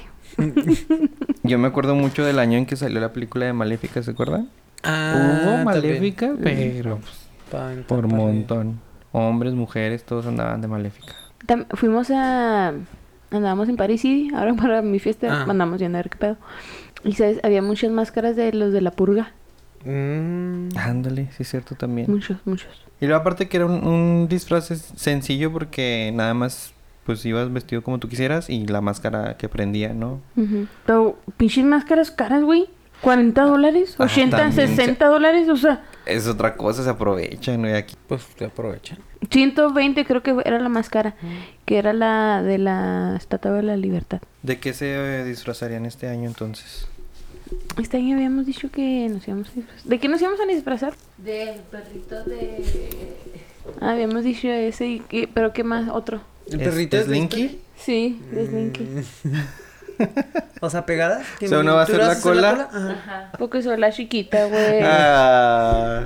[SPEAKER 2] Yo me acuerdo mucho del año en que salió la película de Maléfica, ¿se acuerdan?
[SPEAKER 4] Ah,
[SPEAKER 2] Ah, Hubo Maléfica, pero pues, por montón. Hombres, mujeres, todos andaban de Maléfica.
[SPEAKER 3] Tam- fuimos a. Andábamos en París City. Ahora para mi fiesta
[SPEAKER 4] Ah.
[SPEAKER 3] andamos viendo a ver qué pedo. Y sabes, había muchas máscaras de los de la purga.
[SPEAKER 4] Mm,
[SPEAKER 2] Mm. Ándale, sí es cierto también.
[SPEAKER 3] Muchos, muchos.
[SPEAKER 2] Y luego aparte que era un, un disfraz es- sencillo porque nada más pues ibas vestido como tú quisieras y la máscara que prendía, ¿no?
[SPEAKER 3] Ujú. Pero pinches máscaras caras, güey. 40 dólares,
[SPEAKER 2] Ah,
[SPEAKER 3] 80,
[SPEAKER 2] también,
[SPEAKER 3] 60 dólares, o sea,
[SPEAKER 2] Es otra cosa, se aprovechan, ¿no? Y aquí.
[SPEAKER 4] Pues se aprovechan.
[SPEAKER 3] 120 creo que era la más cara, que era la de la Estatua de la Libertad.
[SPEAKER 2] ¿De qué se eh, disfrazarían este año entonces?
[SPEAKER 3] Este año habíamos dicho que nos íbamos a disfrazar. ¿De qué nos íbamos a disfrazar?
[SPEAKER 5] Del perrito de.
[SPEAKER 3] Ah, habíamos dicho ese, y que- pero ¿qué más? Otro.
[SPEAKER 4] ¿El
[SPEAKER 2] ¿Es-
[SPEAKER 4] perrito
[SPEAKER 2] es
[SPEAKER 4] es
[SPEAKER 2] Este, Linky?
[SPEAKER 3] Sí,
[SPEAKER 2] Mm.
[SPEAKER 3] de Slinky.
[SPEAKER 4] O sea, pegada.
[SPEAKER 2] O sea, uno va a hacer la cola.
[SPEAKER 3] Porque soy la chiquita, güey.
[SPEAKER 2] Ah,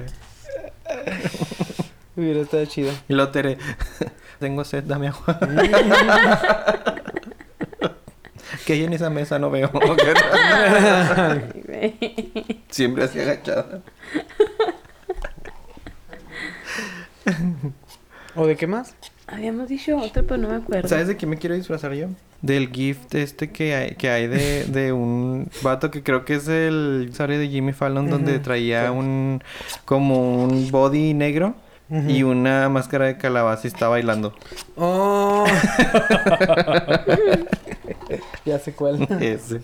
[SPEAKER 4] Hubiera estado chido.
[SPEAKER 2] y lo Tere. Tengo sed, dame agua. que hay en esa mesa no veo.
[SPEAKER 3] Ay, güey.
[SPEAKER 2] Siempre así agachada.
[SPEAKER 4] ¿O de qué más?
[SPEAKER 3] Habíamos dicho otro, pero no me acuerdo.
[SPEAKER 2] ¿Sabes de qué me quiero disfrazar yo? Del gift este que hay, que hay de, de un vato que creo que es el sale de Jimmy Fallon donde
[SPEAKER 4] Ujú,
[SPEAKER 2] traía un como un body negro y
[SPEAKER 4] Ujú.
[SPEAKER 2] una máscara de calabaza y está bailando.
[SPEAKER 4] Oh. ya sé cuál.
[SPEAKER 2] Ese.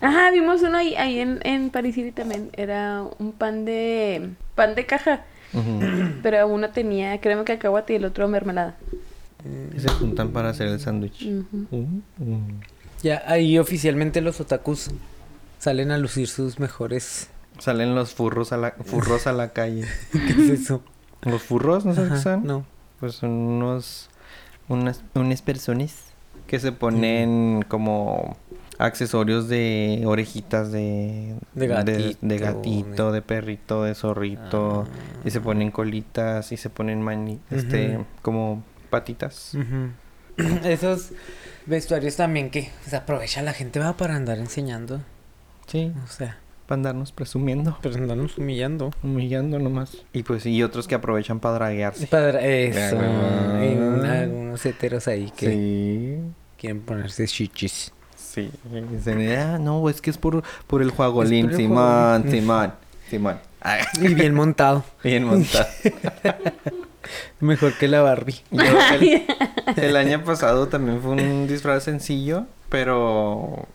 [SPEAKER 3] Ajá, vimos uno ahí, ahí en, en París City también. Era un pan de... pan de caja.
[SPEAKER 2] Ujú.
[SPEAKER 3] Pero uno tenía crema cacahuate y el otro mermelada.
[SPEAKER 2] Y se juntan para hacer el sándwich.
[SPEAKER 3] Ujú.
[SPEAKER 2] Ujú.
[SPEAKER 4] Ya ahí oficialmente los otakus salen a lucir sus mejores.
[SPEAKER 2] Salen los furros a la furros a la calle.
[SPEAKER 4] ¿Qué es eso?
[SPEAKER 2] Los furros, ¿no sabes
[SPEAKER 4] Ajá,
[SPEAKER 2] qué son?
[SPEAKER 4] no.
[SPEAKER 2] Pues son unos unas unas personas que se ponen como accesorios de orejitas de de,
[SPEAKER 4] De gatito,
[SPEAKER 2] gatito, de perrito, de zorrito
[SPEAKER 4] Ah.
[SPEAKER 2] y se ponen colitas y se ponen mani, este
[SPEAKER 4] Ujú.
[SPEAKER 2] como patitas.
[SPEAKER 4] Ujú. Esos vestuarios también que se aprovecha la gente va para andar enseñando.
[SPEAKER 2] Sí,
[SPEAKER 4] O sea,
[SPEAKER 2] para andarnos presumiendo,
[SPEAKER 4] pero andarnos humillando.
[SPEAKER 2] humillando nomás. Y pues y otros que aprovechan para draguearse.
[SPEAKER 4] Para eso.
[SPEAKER 2] Ah.
[SPEAKER 4] Y un- algunos heteros ahí que
[SPEAKER 2] Sí.
[SPEAKER 4] quieren ponerse chichis.
[SPEAKER 2] Sí, dicen, "Ah, no, es que es por, por el juagolín,
[SPEAKER 4] por el
[SPEAKER 2] Simón,
[SPEAKER 4] juagolín".
[SPEAKER 2] Simón, Simón. Ay,
[SPEAKER 4] Y bien montado.
[SPEAKER 2] Bien montado.
[SPEAKER 4] Mejor que la Barbie.
[SPEAKER 2] Yo el, el año pasado también fue un disfraz sencillo, pero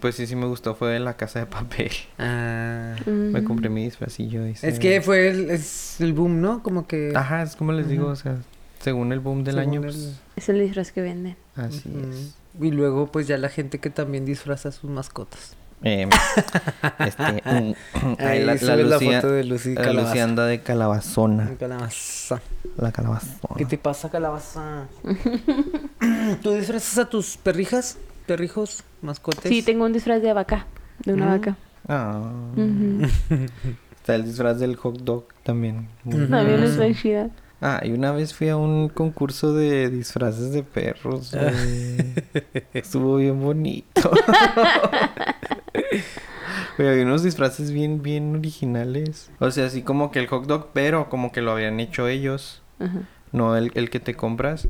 [SPEAKER 2] pues sí, sí me gustó, fue de la casa de papel.
[SPEAKER 4] Ah.
[SPEAKER 2] Me
[SPEAKER 3] Ujú.
[SPEAKER 2] compré mi disfrazillo. hice-
[SPEAKER 4] Es que fue el, es el boom, ¿no? Como que...
[SPEAKER 2] Ajá, es como les digo,
[SPEAKER 4] Ujú.
[SPEAKER 2] o sea, según el boom del
[SPEAKER 4] Según
[SPEAKER 2] año,
[SPEAKER 4] el-
[SPEAKER 2] pues,
[SPEAKER 3] Es el disfraz que venden.
[SPEAKER 2] así
[SPEAKER 4] Ujú.
[SPEAKER 2] es.
[SPEAKER 4] Y luego pues ya la gente que también disfraza a sus mascotas.
[SPEAKER 2] Em, este, mm, ay,
[SPEAKER 4] Ahí
[SPEAKER 2] la, la
[SPEAKER 4] sube la
[SPEAKER 2] Lucía-
[SPEAKER 4] foto de Lucy
[SPEAKER 2] la
[SPEAKER 4] Calabaza.
[SPEAKER 2] Lucía anda de calabazona.
[SPEAKER 4] Calabaza.
[SPEAKER 2] La calabazona.
[SPEAKER 4] ¿Qué te pasa, calabaza? ¿Tú disfrazas a tus perrijas? ¿Perrijos? ¿Mascotes?
[SPEAKER 3] Sí, tengo un disfraz de vaca. De una
[SPEAKER 4] Mm.
[SPEAKER 3] vaca.
[SPEAKER 2] Ah.
[SPEAKER 3] Ujú.
[SPEAKER 2] Está el disfraz del hot dog también. Muy-
[SPEAKER 3] También es muy chida.
[SPEAKER 2] Ah, y una vez fui a un concurso de disfraces de perros. güey. Estuvo bien bonito. Pero había unos disfraces bien, bien originales. O sea, así como que el hot dog, pero como que lo habían hecho ellos.
[SPEAKER 3] Ajá.
[SPEAKER 2] No el, el que te compras.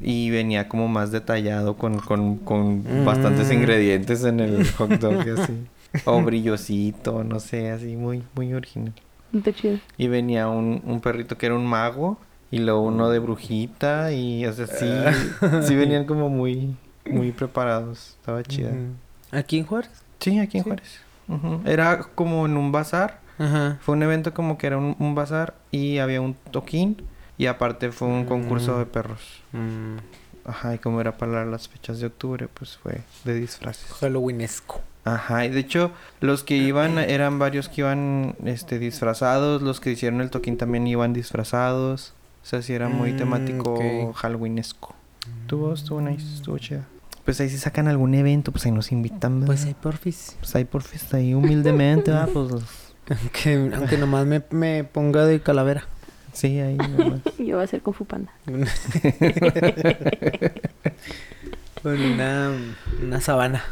[SPEAKER 2] Y venía como más detallado con, con, con
[SPEAKER 4] Mm.
[SPEAKER 2] bastantes ingredientes en el hot dog así. O brillosito, no sé, así muy, muy original.
[SPEAKER 3] Está chido.
[SPEAKER 2] Y venía un, un perrito que era un mago. Y luego uno de brujita. Y, o sea, sí, sí venían como muy, muy preparados. Estaba chida.
[SPEAKER 4] Ujú. Mm. ¿Aquí en Juárez?
[SPEAKER 2] Sí, aquí en
[SPEAKER 4] Sí.
[SPEAKER 2] Juárez. Ujú. Era como en un bazar.
[SPEAKER 4] Ajá.
[SPEAKER 2] Fue un evento como que era un, un bazar. Y había un toquín. Y aparte fue un concurso
[SPEAKER 4] Mm.
[SPEAKER 2] de perros.
[SPEAKER 4] Mm,
[SPEAKER 2] Ajá, y como era para las fechas de octubre, pues fue de disfraces.
[SPEAKER 4] Halloweenesco.
[SPEAKER 2] Ajá, y de hecho, los que iban eran varios que iban este disfrazados, los que hicieron el toquín también iban disfrazados. O sea, sí era muy
[SPEAKER 4] Mm,
[SPEAKER 2] temático
[SPEAKER 4] ok.
[SPEAKER 2] halloweenesco. Estuvo, estuvo nice, estuvo chida. Pues ahí si sacan algún evento, pues ahí nos invitan, ¿verdad?
[SPEAKER 4] Pues hay porfis.
[SPEAKER 2] Pues ahí por fiesta, ahí humildemente, ¿verdad? Pues
[SPEAKER 4] Aunque, aunque nomás me, me ponga de calavera.
[SPEAKER 2] Sí, ahí nomás.
[SPEAKER 3] Yo voy a ser con Fupanda.
[SPEAKER 4] Con una, una sabana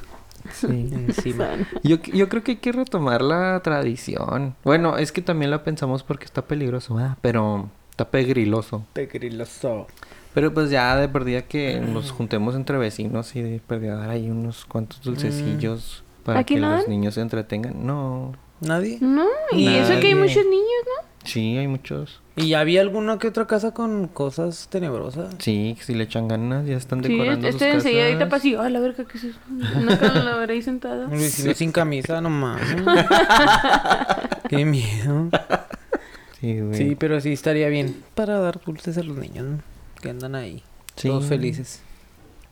[SPEAKER 2] Sí.
[SPEAKER 4] encima.
[SPEAKER 2] Yo, yo creo que hay que retomar la tradición. Bueno, es que también la pensamos porque está peligroso, ¿verdad? Pero está pegriloso.
[SPEAKER 4] Pegriloso.
[SPEAKER 2] Pero pues ya de perdida
[SPEAKER 4] Ah.
[SPEAKER 2] que nos juntemos entre vecinos y de perdida dar ahí unos
[SPEAKER 4] Mm.
[SPEAKER 2] cuantos dulcecillos para
[SPEAKER 3] ¿Aquí
[SPEAKER 2] que
[SPEAKER 3] no
[SPEAKER 2] los
[SPEAKER 3] dan?
[SPEAKER 2] niños se entretengan. No.
[SPEAKER 4] ¿Nadie?
[SPEAKER 3] No, y eso que
[SPEAKER 2] Nadie.
[SPEAKER 3] hay muchos niños, ¿no?
[SPEAKER 2] Sí, hay muchos.
[SPEAKER 4] ¿Y ya había alguna que otra casa con cosas tenebrosas?
[SPEAKER 2] Sí, que si le echan ganas, ya están
[SPEAKER 3] Sí,
[SPEAKER 2] decorando sus
[SPEAKER 3] estoy enseguida
[SPEAKER 2] casas.
[SPEAKER 3] ahorita pasillo. Ah, la verga, ¿qué es eso? Una calavera ahí sentada.
[SPEAKER 4] Un vecino sin camisa nomás. Qué miedo.
[SPEAKER 2] Sí, güey.
[SPEAKER 4] Sí, pero sí estaría bien. Para dar dulces a los niños ¿no? que andan ahí.
[SPEAKER 2] Sí.
[SPEAKER 4] Todos felices.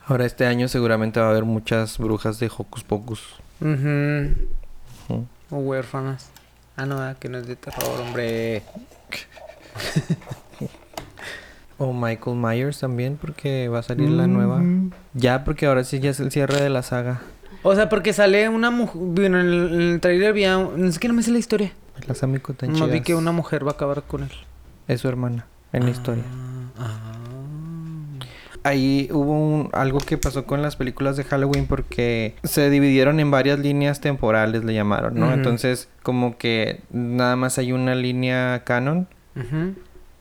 [SPEAKER 2] Ahora este año seguramente va a haber muchas brujas de Hocus Pocus.
[SPEAKER 4] Ujú.
[SPEAKER 2] Ujú.
[SPEAKER 4] O huérfanas. Ah, no, ah, que no es de terror, hombre.
[SPEAKER 2] O Michael Myers también, porque va a salir la nueva.
[SPEAKER 4] Mm.
[SPEAKER 2] Ya, porque ahora sí ya es el cierre de la saga.
[SPEAKER 4] O sea, porque sale una mujer. Bueno, en el, en el trailer había. un- No sé qué, no me sé la historia.
[SPEAKER 2] Las amigo tan
[SPEAKER 4] No vi
[SPEAKER 2] chidas.
[SPEAKER 4] que una mujer va a acabar con él.
[SPEAKER 2] Es su hermana en la historia.
[SPEAKER 4] Ah.
[SPEAKER 2] Ahí hubo un- algo que pasó con las películas de Halloween porque se dividieron en varias líneas temporales, le llamaron, ¿no?
[SPEAKER 4] Ujú.
[SPEAKER 2] Entonces, como que nada más hay una línea canon
[SPEAKER 4] Ujú.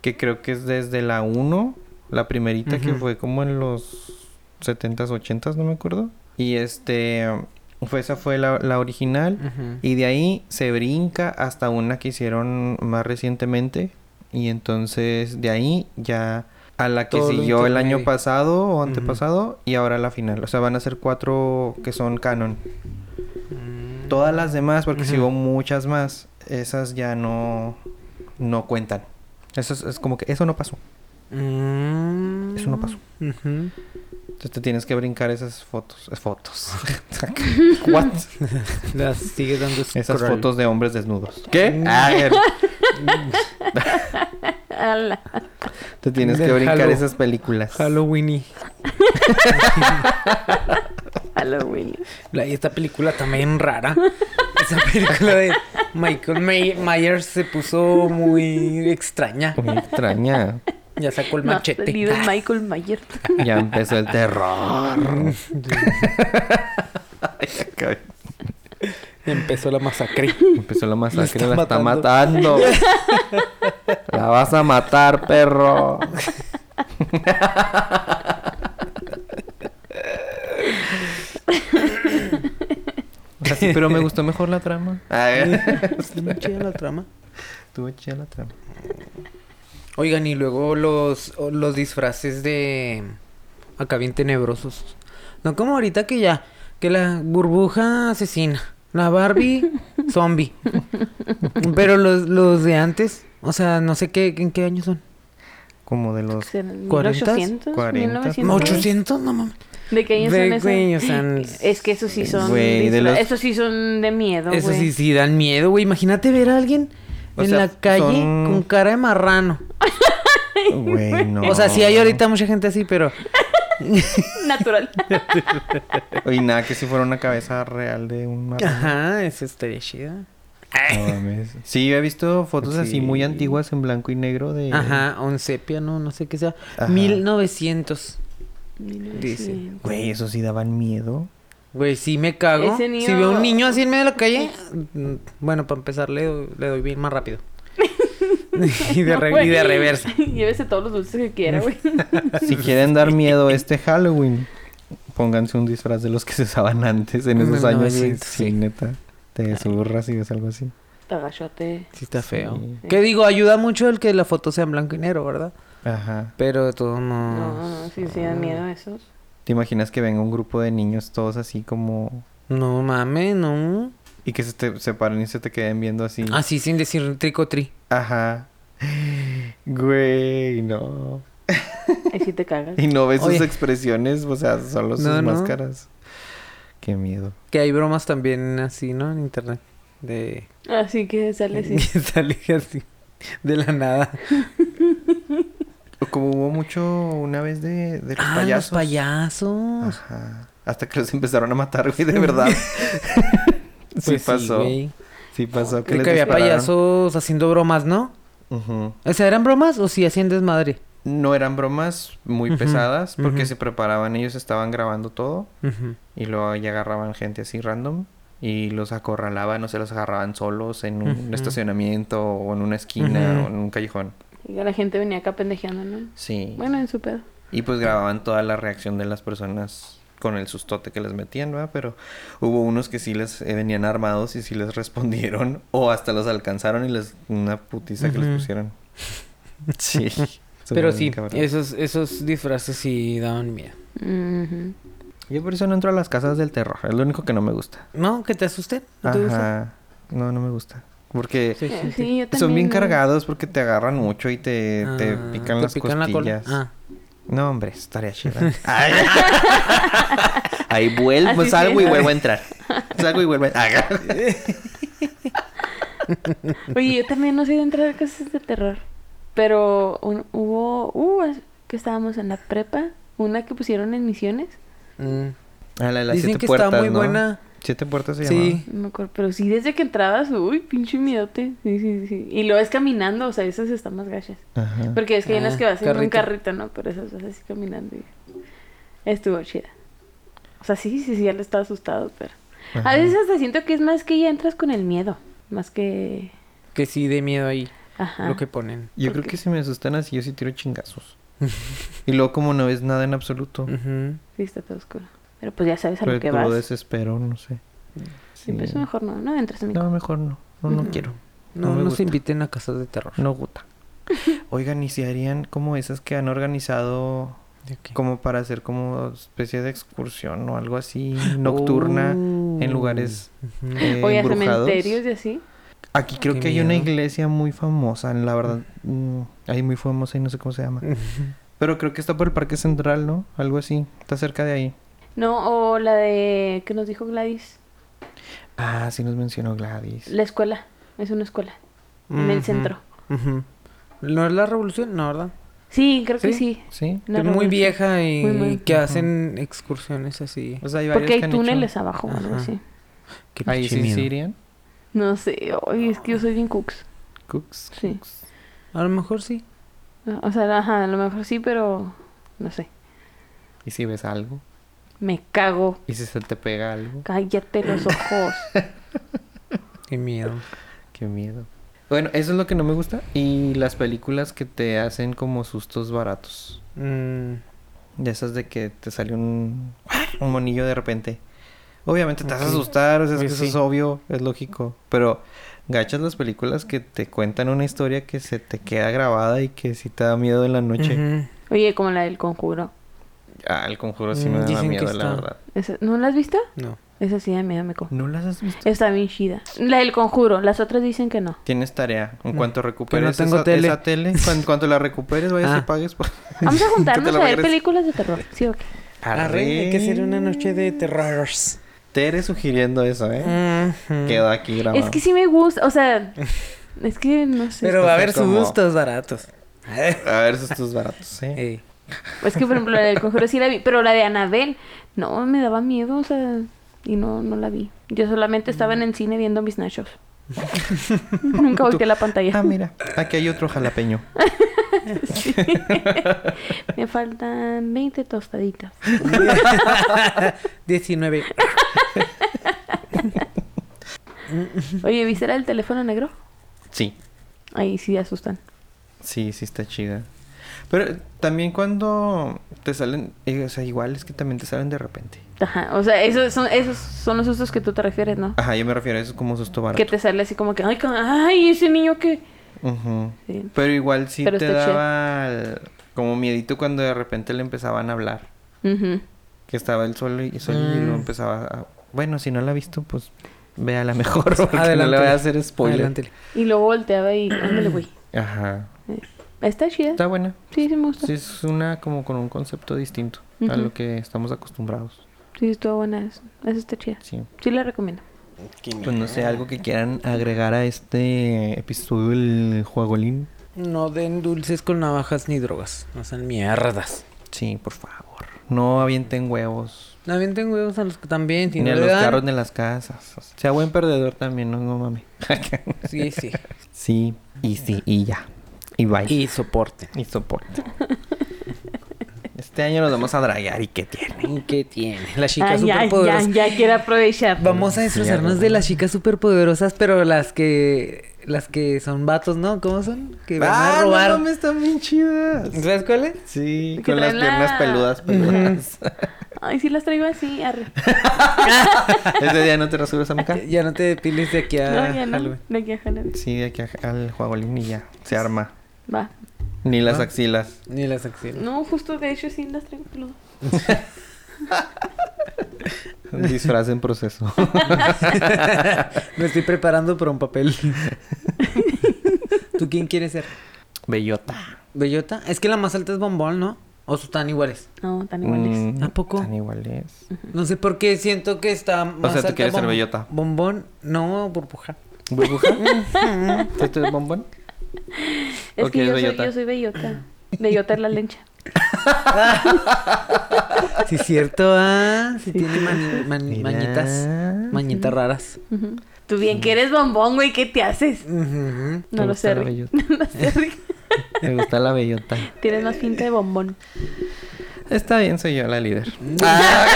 [SPEAKER 2] que creo que es desde la 1, la primerita que
[SPEAKER 4] Ujú.
[SPEAKER 2] fue como en los 70s, 80s, no me acuerdo. Y este, fue, esa fue la, la original.
[SPEAKER 4] Ujú.
[SPEAKER 2] Y de ahí se brinca hasta una que hicieron más recientemente. Y entonces de ahí ya a la que
[SPEAKER 4] Todo lo
[SPEAKER 2] siguió el año
[SPEAKER 4] intermedio.
[SPEAKER 2] pasado o
[SPEAKER 4] Ujú.
[SPEAKER 2] antepasado y ahora la final. O sea, van a ser cuatro que son canon.
[SPEAKER 4] Mm.
[SPEAKER 2] Todas las demás, porque si
[SPEAKER 4] Ujú.
[SPEAKER 2] hubo muchas más, esas ya no, no cuentan. Eso es, es como que eso no pasó.
[SPEAKER 4] Mm.
[SPEAKER 2] Eso no pasó.
[SPEAKER 4] Ujú.
[SPEAKER 2] Entonces te tienes que brincar esas fotos. eh, Fotos. What?
[SPEAKER 4] Las sigue dando
[SPEAKER 2] Esas
[SPEAKER 4] scroll.
[SPEAKER 2] fotos de hombres desnudos. ¿Qué?
[SPEAKER 4] Mm.
[SPEAKER 2] Ah, el-
[SPEAKER 3] Ala.
[SPEAKER 2] te tienes que
[SPEAKER 4] Del
[SPEAKER 2] brincar
[SPEAKER 4] Halo-
[SPEAKER 2] esas películas.
[SPEAKER 4] Halloweeny.
[SPEAKER 3] Halloween.
[SPEAKER 4] La- y esta película también rara. Esa película de Michael May- Myers se puso muy extraña.
[SPEAKER 2] Muy extraña.
[SPEAKER 4] Ya sacó
[SPEAKER 2] Pues
[SPEAKER 4] el
[SPEAKER 3] No,
[SPEAKER 4] machete.
[SPEAKER 3] salido
[SPEAKER 2] Ah.
[SPEAKER 3] el Michael Mayer.
[SPEAKER 2] Ya empezó el terror.
[SPEAKER 4] Empezó la masacre.
[SPEAKER 2] empezó la masacre,
[SPEAKER 4] Lo
[SPEAKER 2] la
[SPEAKER 4] está
[SPEAKER 2] está matando. la vas a matar, perro. O sea, Ah, sí, pero me gustó mejor la trama.
[SPEAKER 4] Está muy chida la trama.
[SPEAKER 2] Estuvo chida la trama.
[SPEAKER 4] Oigan, y luego los, o- los disfraces de... Acá bien tenebrosos. No como ahorita que ya... Que la burbuja asesina. La Barbie zombie. Pero los, los de antes... O sea, no sé qué, en qué año son.
[SPEAKER 2] Como de los.
[SPEAKER 3] ¿Serán
[SPEAKER 4] ¿Cuarentas?
[SPEAKER 3] 1800?
[SPEAKER 2] ¿Cuarentas?
[SPEAKER 3] 1900.
[SPEAKER 4] ¿800? No mames.
[SPEAKER 3] ¿De qué años son
[SPEAKER 4] De
[SPEAKER 3] esos?
[SPEAKER 4] qué años son.
[SPEAKER 3] Es que esos sí son...
[SPEAKER 2] Güey, de
[SPEAKER 3] disfra-
[SPEAKER 2] los-
[SPEAKER 3] Esos sí son de miedo,
[SPEAKER 4] Eso
[SPEAKER 3] güey.
[SPEAKER 4] sí, sí dan miedo, güey. Imagínate ver a alguien
[SPEAKER 2] O
[SPEAKER 4] en
[SPEAKER 2] sea,
[SPEAKER 4] la calle
[SPEAKER 2] son-
[SPEAKER 4] con cara de marrano.
[SPEAKER 2] Güey, no.
[SPEAKER 4] O sea, sí hay ahorita mucha gente así, pero...
[SPEAKER 3] Natural.
[SPEAKER 2] Y nada, que si fuera una cabeza real de un marrano.
[SPEAKER 4] Ajá, este, eso estaría chido.
[SPEAKER 2] No mames. Sí, yo he visto fotos así muy
[SPEAKER 4] Sí.
[SPEAKER 2] antiguas en blanco y negro de...
[SPEAKER 4] Ajá, o en sepia, no, no sé qué sea.
[SPEAKER 2] Ajá.
[SPEAKER 4] 1900.
[SPEAKER 3] 1900.
[SPEAKER 2] Güey, eso sí daban miedo.
[SPEAKER 4] Güey, sí me cago.
[SPEAKER 3] Ese niño-
[SPEAKER 4] Si veo un niño así en medio de la calle, mm, bueno, para empezar le doy, le doy bien más rápido. y, de
[SPEAKER 3] No,
[SPEAKER 4] re-
[SPEAKER 3] güey.
[SPEAKER 4] y de reversa.
[SPEAKER 3] Llévese todos los dulces que quiera, güey.
[SPEAKER 2] Si quieren dar miedo este Halloween, pónganse un disfraz de los que se usaban antes en esos años. güey.
[SPEAKER 4] 1900,
[SPEAKER 2] Sí,
[SPEAKER 4] sí.
[SPEAKER 2] neta. Te zurras y ves algo así.
[SPEAKER 3] Tagachote.
[SPEAKER 4] Sí está feo.
[SPEAKER 2] Sí.
[SPEAKER 4] Que digo, ayuda mucho el que la foto sea en blanco y negro, ¿verdad?
[SPEAKER 2] Ajá.
[SPEAKER 4] Pero de todos modos...
[SPEAKER 3] No, sí, sí dan miedo esos.
[SPEAKER 2] ¿Te imaginas que venga un grupo de niños todos así como...
[SPEAKER 4] No mames, no.
[SPEAKER 2] Y que se te separen y se te queden viendo así?
[SPEAKER 4] Así Ah, sin decir tricotri.
[SPEAKER 2] Ajá. Güey, no.
[SPEAKER 3] Y si te cagas.
[SPEAKER 2] Y no ves
[SPEAKER 4] Oye.
[SPEAKER 2] sus expresiones, o sea, solo sus
[SPEAKER 4] No, no.
[SPEAKER 2] máscaras. Qué miedo.
[SPEAKER 4] Que hay bromas también así, ¿no? En internet. De...
[SPEAKER 3] Así que sale
[SPEAKER 4] Que
[SPEAKER 3] así.
[SPEAKER 4] sale así. De la nada.
[SPEAKER 2] O Como hubo mucho una vez de, de los
[SPEAKER 4] Ah,
[SPEAKER 2] payasos. Ah,
[SPEAKER 4] los payasos.
[SPEAKER 2] Ajá. Hasta que los empezaron a matar, güey, de verdad. sí
[SPEAKER 4] Pues
[SPEAKER 2] pasó. Sí,
[SPEAKER 4] güey.
[SPEAKER 2] pasó.
[SPEAKER 4] Creo
[SPEAKER 2] les
[SPEAKER 4] que había
[SPEAKER 2] dispararon.
[SPEAKER 4] payasos haciendo bromas, ¿no?
[SPEAKER 2] Ujú.
[SPEAKER 4] O sea, ¿eran bromas o si hacían desmadre?
[SPEAKER 2] No eran bromas muy
[SPEAKER 4] Ujú,
[SPEAKER 2] pesadas porque
[SPEAKER 4] ujú.
[SPEAKER 2] se preparaban, ellos estaban grabando todo
[SPEAKER 4] Ujú.
[SPEAKER 2] y luego ya agarraban gente así random y los acorralaban o se los agarraban solos en un
[SPEAKER 4] Ujú.
[SPEAKER 2] estacionamiento o en una esquina
[SPEAKER 4] Ujú.
[SPEAKER 2] o en un callejón.
[SPEAKER 3] Y la gente venía acá pendejeando, ¿no?
[SPEAKER 2] Sí.
[SPEAKER 3] Bueno, en su pedo.
[SPEAKER 2] Y pues grababan toda la reacción de las personas con el sustote que les metían, ¿verdad? Pero hubo unos que sí les eh, venían armados y sí les respondieron o hasta los alcanzaron y les una putiza que
[SPEAKER 4] Ujú.
[SPEAKER 2] les pusieron. Sí.
[SPEAKER 4] Pero
[SPEAKER 2] Estuvieron
[SPEAKER 4] sí,
[SPEAKER 2] cabrones.
[SPEAKER 4] esos, esos disfraces sí daban miedo.
[SPEAKER 3] Ujú.
[SPEAKER 2] Yo por eso no entro a las casas del terror, es lo único que no me gusta.
[SPEAKER 4] ¿No? ¿Que te asusten? ¿No te gusta?
[SPEAKER 2] Ajá. No, no me gusta. Porque
[SPEAKER 4] Sí, sí,
[SPEAKER 3] Eh,
[SPEAKER 4] sí.
[SPEAKER 3] Sí, yo también.
[SPEAKER 2] son bien
[SPEAKER 3] ¿no?
[SPEAKER 2] cargados porque te agarran mucho y te,
[SPEAKER 4] Ah,
[SPEAKER 2] te pican las
[SPEAKER 4] la cola?
[SPEAKER 2] costillas.
[SPEAKER 4] Ah.
[SPEAKER 2] No, hombre, estaría chida. Ay. Ahí vuelvo,
[SPEAKER 3] Así
[SPEAKER 2] salgo y
[SPEAKER 3] sí.
[SPEAKER 2] vuelvo a entrar. Salgo y vuelvo a entrar.
[SPEAKER 3] Oye, yo también no soy de entrar a casas de terror. Pero un- hubo. Uh, es- que estábamos en la prepa. Una que pusieron en misiones.
[SPEAKER 4] Mm.
[SPEAKER 2] A la de las
[SPEAKER 4] Dicen
[SPEAKER 2] siete
[SPEAKER 4] que
[SPEAKER 2] puertas,
[SPEAKER 4] está muy
[SPEAKER 2] ¿no?
[SPEAKER 4] buena.
[SPEAKER 2] Siete puertas se
[SPEAKER 4] Sí.
[SPEAKER 2] llamaba.
[SPEAKER 3] No me acuerdo. Pero sí, desde que entrabas, uy, pinche miedote. Sí, sí, sí. Y lo es caminando, o sea, esas están más gachas.
[SPEAKER 2] Ajá.
[SPEAKER 3] Porque es que hay unas
[SPEAKER 4] Ah,
[SPEAKER 3] que vas en un
[SPEAKER 4] carrito.
[SPEAKER 3] carrito, ¿no? Pero esas vas así caminando. Y... Estuvo chida. O sea, sí, sí, sí, ya lo estaba asustado, pero. A
[SPEAKER 2] Ajá.
[SPEAKER 3] veces hasta siento que es más que ya entras con el miedo. Más que.
[SPEAKER 4] Que sí dé miedo ahí,
[SPEAKER 3] Ajá.
[SPEAKER 4] lo que ponen.
[SPEAKER 2] Yo creo
[SPEAKER 3] porque-
[SPEAKER 2] que si me asustan así, yo sí tiro chingazos. y luego como no ves nada en absoluto.
[SPEAKER 4] Ujú.
[SPEAKER 3] Sí, está todo oscuro. Pero pues ya Mm. sabes a
[SPEAKER 2] Pero
[SPEAKER 3] lo
[SPEAKER 2] el
[SPEAKER 3] que
[SPEAKER 2] puro
[SPEAKER 3] vas.
[SPEAKER 2] desespero, no sé. Sí.
[SPEAKER 3] Sí, pues mejor Mm. no, no entras en mi
[SPEAKER 2] No, mejor no. No, no quiero.
[SPEAKER 4] No,
[SPEAKER 2] me
[SPEAKER 4] no,
[SPEAKER 2] gusta.
[SPEAKER 4] se inviten a casas de terror.
[SPEAKER 2] No gusta. Oigan, ¿y si harían como esas que han organizado
[SPEAKER 4] ¿De qué?
[SPEAKER 2] como para hacer como especie de excursión o algo así
[SPEAKER 3] Uh.
[SPEAKER 2] nocturna en lugares
[SPEAKER 4] Ujú.
[SPEAKER 2] eh,
[SPEAKER 3] Oye, a
[SPEAKER 2] embrujados?
[SPEAKER 3] cementerios y así.
[SPEAKER 2] Aquí creo
[SPEAKER 4] Mm. Qué
[SPEAKER 2] que hay una
[SPEAKER 4] miedo.
[SPEAKER 2] iglesia muy famosa, la verdad. mm, ahí muy famosa y no sé cómo se llama. Pero creo que está por el Parque Central, ¿no? Algo así. Está cerca de ahí.
[SPEAKER 3] No, o la de que nos dijo Gladys,
[SPEAKER 2] Ah, sí nos mencionó Gladys.
[SPEAKER 3] la escuela, es una escuela en el
[SPEAKER 4] Ujú.
[SPEAKER 3] centro.
[SPEAKER 4] Ujú. ¿No es la revolución? No, ¿verdad?
[SPEAKER 3] Sí, creo que
[SPEAKER 4] ¿Sí?
[SPEAKER 3] sí.
[SPEAKER 2] ¿Sí?
[SPEAKER 3] Una
[SPEAKER 4] que es muy
[SPEAKER 3] revolución.
[SPEAKER 4] vieja y
[SPEAKER 3] Muy mal.
[SPEAKER 4] que hacen excursiones así.
[SPEAKER 2] O sea, hay varios
[SPEAKER 3] Porque hay
[SPEAKER 2] que han
[SPEAKER 3] túneles
[SPEAKER 2] hecho.
[SPEAKER 3] abajo, o algo
[SPEAKER 4] Ajá.
[SPEAKER 3] así.
[SPEAKER 4] Qué
[SPEAKER 2] Ahí
[SPEAKER 4] pinche
[SPEAKER 2] sí,
[SPEAKER 4] miedo.
[SPEAKER 2] sí irían.
[SPEAKER 3] No sé, oye, es que yo soy bien cooks.
[SPEAKER 2] Cooks.
[SPEAKER 3] Sí.
[SPEAKER 4] A lo mejor sí.
[SPEAKER 3] Ah, O sea, ajá, a lo mejor sí, pero no sé.
[SPEAKER 2] ¿Y si ves algo?
[SPEAKER 3] Me cago.
[SPEAKER 2] ¿Y si se te pega algo?
[SPEAKER 3] Cállate los ojos.
[SPEAKER 4] Qué miedo.
[SPEAKER 2] Qué miedo. Bueno, eso es lo que no me gusta. Y las películas que te hacen como sustos baratos.
[SPEAKER 4] Mm,
[SPEAKER 2] De esas de que te sale un, un monillo de repente. Obviamente te vas
[SPEAKER 4] Ok.
[SPEAKER 2] a asustar, o sea, es
[SPEAKER 4] Oye,
[SPEAKER 2] que eso
[SPEAKER 4] sí.
[SPEAKER 2] es obvio, es lógico. Pero gachas las películas que te cuentan una historia que se te queda grabada y que si te da miedo en la noche.
[SPEAKER 4] ujú.
[SPEAKER 3] Oye, como la del conjuro.
[SPEAKER 2] Ah, el conjuro sí
[SPEAKER 4] Mm,
[SPEAKER 2] me da
[SPEAKER 4] dicen que
[SPEAKER 2] miedo, la
[SPEAKER 4] está-
[SPEAKER 2] verdad.
[SPEAKER 3] Esa- ¿No la has visto?
[SPEAKER 4] No.
[SPEAKER 3] Esa sí da miedo, me co.
[SPEAKER 2] ¿No las has visto?
[SPEAKER 3] Está bien chida. La del conjuro, las otras dicen que no.
[SPEAKER 2] Tienes tarea. En cuanto recuperes
[SPEAKER 4] tengo
[SPEAKER 2] esa,
[SPEAKER 4] tele.
[SPEAKER 2] esa tele, cuan- en cuanto la recuperes, vayas
[SPEAKER 4] Ah.
[SPEAKER 2] y pagues por...
[SPEAKER 3] Vamos a
[SPEAKER 2] Que te
[SPEAKER 3] juntarnos
[SPEAKER 2] la
[SPEAKER 3] a ver
[SPEAKER 2] regrese.
[SPEAKER 3] películas de terror. Sí, ok.
[SPEAKER 4] Arre, hay que hacer una noche de terrores.
[SPEAKER 2] Tere sugiriendo eso, ¿eh?
[SPEAKER 4] Ujú.
[SPEAKER 2] Quedó aquí grabado.
[SPEAKER 3] Es que sí me gusta, o sea, es que no sé.
[SPEAKER 4] Pero va a haber
[SPEAKER 2] Como-
[SPEAKER 4] sustos baratos.
[SPEAKER 2] A ver, esos tus baratos, ¿eh?
[SPEAKER 4] Ey.
[SPEAKER 3] Es que, por ejemplo, la del conjuro sí la vi, pero la de Anabel, no, me daba miedo, o sea, y no, no la vi. Yo solamente
[SPEAKER 2] Mm.
[SPEAKER 3] estaba en el cine viendo mis nachos. Nunca volteé la pantalla.
[SPEAKER 2] Ah, mira. Aquí hay otro jalapeño.
[SPEAKER 3] Me faltan 20 tostaditas.
[SPEAKER 4] 19.
[SPEAKER 3] Oye, ¿viste la del teléfono negro?
[SPEAKER 2] Sí.
[SPEAKER 3] Ahí sí asustan.
[SPEAKER 2] Sí, sí está chida. Pero también cuando te salen... eh, o sea, igual es que también te salen de repente.
[SPEAKER 3] Ajá, o sea, esos son, esos son los sustos que tú te refieres, ¿no?
[SPEAKER 2] Ajá, yo me refiero a eso como susto barato.
[SPEAKER 3] Que te sale así como que, ay, ca- ay ese niño que...
[SPEAKER 2] Ujú.
[SPEAKER 3] Sí.
[SPEAKER 2] Pero igual sí
[SPEAKER 3] Pero
[SPEAKER 2] te
[SPEAKER 3] está chido.
[SPEAKER 2] daba el- como miedito cuando de repente le empezaban a hablar.
[SPEAKER 3] Ujú.
[SPEAKER 2] Que estaba el sol y, sol y lo
[SPEAKER 4] Mm.
[SPEAKER 2] empezaba a... Bueno, si no la ha visto, pues véala mejor. Porque no
[SPEAKER 4] Adelántale.
[SPEAKER 2] le voy a hacer spoiler.
[SPEAKER 4] Adelántale.
[SPEAKER 3] Y luego volteaba y, ándale, güey.
[SPEAKER 2] Ajá.
[SPEAKER 3] Está chida.
[SPEAKER 2] Está buena.
[SPEAKER 3] Sí, sí me gusta.
[SPEAKER 2] Sí,
[SPEAKER 3] Sí,
[SPEAKER 2] es una como con un concepto distinto a
[SPEAKER 3] Ujú.
[SPEAKER 2] lo que estamos acostumbrados.
[SPEAKER 3] estuvo buena. Eso, eso está chida.
[SPEAKER 2] Sí.
[SPEAKER 3] Sí la recomiendo.
[SPEAKER 2] Pues no sé, algo que quieran agregar a este episodio del Juagolín.
[SPEAKER 4] No den dulces con navajas ni drogas. No sean mierdas.
[SPEAKER 2] Sí, por favor. No avienten huevos.
[SPEAKER 4] También tengo huevos a los que también. Si
[SPEAKER 2] ni
[SPEAKER 4] no
[SPEAKER 2] a
[SPEAKER 4] le
[SPEAKER 2] los
[SPEAKER 4] dan-
[SPEAKER 2] carros ni a las casas. O sea, sea buen perdedor también, no, no mames.
[SPEAKER 4] Sí, sí.
[SPEAKER 2] sí, y sí, y ya. Y bye.
[SPEAKER 4] Y soporte.
[SPEAKER 2] Y soporte. Este año nos vamos a draguear. ¿Y qué tiene?
[SPEAKER 4] ¿Y qué tiene? Las
[SPEAKER 3] Ah,
[SPEAKER 4] chicas
[SPEAKER 3] ya, ya,
[SPEAKER 4] superpoderosas.
[SPEAKER 3] ya quiere aprovechar.
[SPEAKER 4] Vamos a
[SPEAKER 2] Cierto.
[SPEAKER 4] destrozarnos de las chicas superpoderosas, pero las que... Las que son vatos, ¿no? ¿Cómo son? Que van a robar.
[SPEAKER 2] Ah, no mames, están bien chidas.
[SPEAKER 4] ¿Sabes cuáles?
[SPEAKER 2] Sí,
[SPEAKER 3] Que
[SPEAKER 2] con las
[SPEAKER 3] traen
[SPEAKER 2] piernas
[SPEAKER 3] la-
[SPEAKER 2] peludas, peludas.
[SPEAKER 3] Ay, sí las traigo así. arre.
[SPEAKER 2] Ese día no te rasuras a
[SPEAKER 4] Ya- Ya no te depiles de aquí a
[SPEAKER 3] No, ya no.
[SPEAKER 4] Halloween.
[SPEAKER 3] De aquí a Halloween.
[SPEAKER 2] Sí, de aquí a- al juagolín y ya. Se arma.
[SPEAKER 3] Va.
[SPEAKER 2] Ni las
[SPEAKER 4] Ah.
[SPEAKER 2] axilas.
[SPEAKER 4] Ni las axilas.
[SPEAKER 3] No, justo de hecho sí las traigo peludas.
[SPEAKER 2] Disfraz en proceso.
[SPEAKER 4] Me estoy preparando para un papel. ¿Tú quién quieres ser?
[SPEAKER 2] Bellota.
[SPEAKER 4] ¿Bellota? Es que la más alta es bombón, ¿no? O su- están iguales.
[SPEAKER 3] No, tan iguales.
[SPEAKER 2] Mm,
[SPEAKER 4] ¿A poco?
[SPEAKER 2] Tan iguales.
[SPEAKER 4] No sé por qué siento que está más
[SPEAKER 2] sea, ¿tú
[SPEAKER 4] alta
[SPEAKER 2] quieres ser
[SPEAKER 4] Bombón.
[SPEAKER 2] Bellota?
[SPEAKER 4] Bombón, no, burbuja.
[SPEAKER 2] ¿Burbuja? ¿Tú eres bombón?
[SPEAKER 3] Es
[SPEAKER 2] Ok,
[SPEAKER 3] que
[SPEAKER 2] es
[SPEAKER 3] yo soy,
[SPEAKER 2] bellota.
[SPEAKER 3] yo soy bellota. Bellota es la lencha.
[SPEAKER 4] Sí, cierto, ah. Sí, tiene mani- mani-
[SPEAKER 2] Mira.
[SPEAKER 4] mañitas. Mañitas raras.
[SPEAKER 3] Ujú. Tú bien que eres bombón, güey, ¿qué te haces?
[SPEAKER 4] Ujú.
[SPEAKER 3] No
[SPEAKER 2] Me
[SPEAKER 3] lo
[SPEAKER 2] Mm. gusta
[SPEAKER 3] sé.
[SPEAKER 2] la
[SPEAKER 3] Rick.
[SPEAKER 2] bellota.
[SPEAKER 3] No sé, Rick.
[SPEAKER 2] Me gusta la bellota.
[SPEAKER 3] Tienes más pinta de bombón.
[SPEAKER 2] Está bien, soy yo la líder. Ah,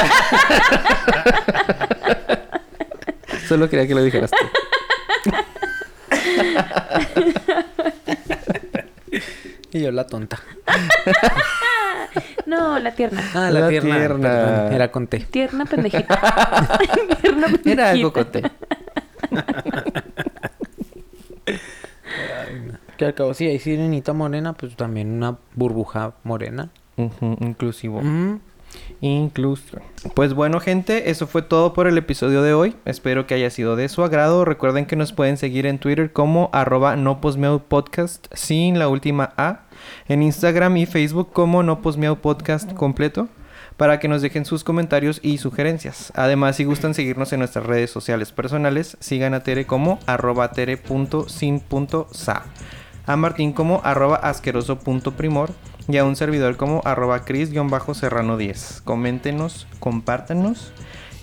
[SPEAKER 2] Solo quería que lo dijeras tú.
[SPEAKER 4] Y yo la tonta.
[SPEAKER 3] No, la tierna.
[SPEAKER 4] Ah, la,
[SPEAKER 2] La
[SPEAKER 4] pierna.
[SPEAKER 2] tierna.
[SPEAKER 4] perdón, era con T.
[SPEAKER 3] Tierna pendejita. tierna pendejita.
[SPEAKER 2] Era algo cote.
[SPEAKER 4] Que al cabo, si hay sirenita morena, pues también una burbuja morena.
[SPEAKER 2] Ujú, inclusivo.
[SPEAKER 4] Ujú.
[SPEAKER 2] Incluso. Pues bueno, gente, eso fue todo por el episodio de hoy. Espero que haya sido de su agrado. Recuerden que nos pueden seguir en Twitter como arroba no posmeado podcast sin la última A. En Instagram y Facebook como no posmeado podcast completo. Para que nos dejen sus comentarios y sugerencias. Además, si gustan seguirnos en nuestras redes sociales personales, sigan a Tere como arroba tere.sin.sa. A Martín como arroba asqueroso.primor y a un servidor como arroba cris-serrano10. Coméntenos, compártanos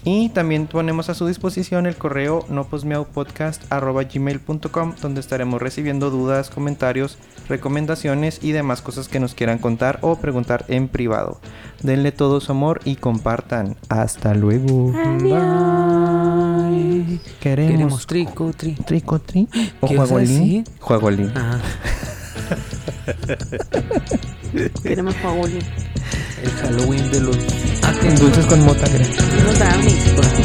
[SPEAKER 2] y también ponemos a su disposición el correo noposmeaupodcast.gmail.com donde estaremos recibiendo dudas, comentarios, recomendaciones y demás cosas que nos quieran contar o preguntar en privado. Denle todo su amor y compartan. Hasta luego.
[SPEAKER 4] Bye. Queremos trico, tri.
[SPEAKER 2] trico tri o
[SPEAKER 4] ¿Qué ibas a
[SPEAKER 2] juagolín.
[SPEAKER 4] decir?
[SPEAKER 2] Juagolín.
[SPEAKER 4] Ah,
[SPEAKER 3] Queremos Paulio.
[SPEAKER 4] el Halloween de los. Ah, que-
[SPEAKER 2] Dulces con mota, creo.
[SPEAKER 3] No brownies.
[SPEAKER 4] Bueno.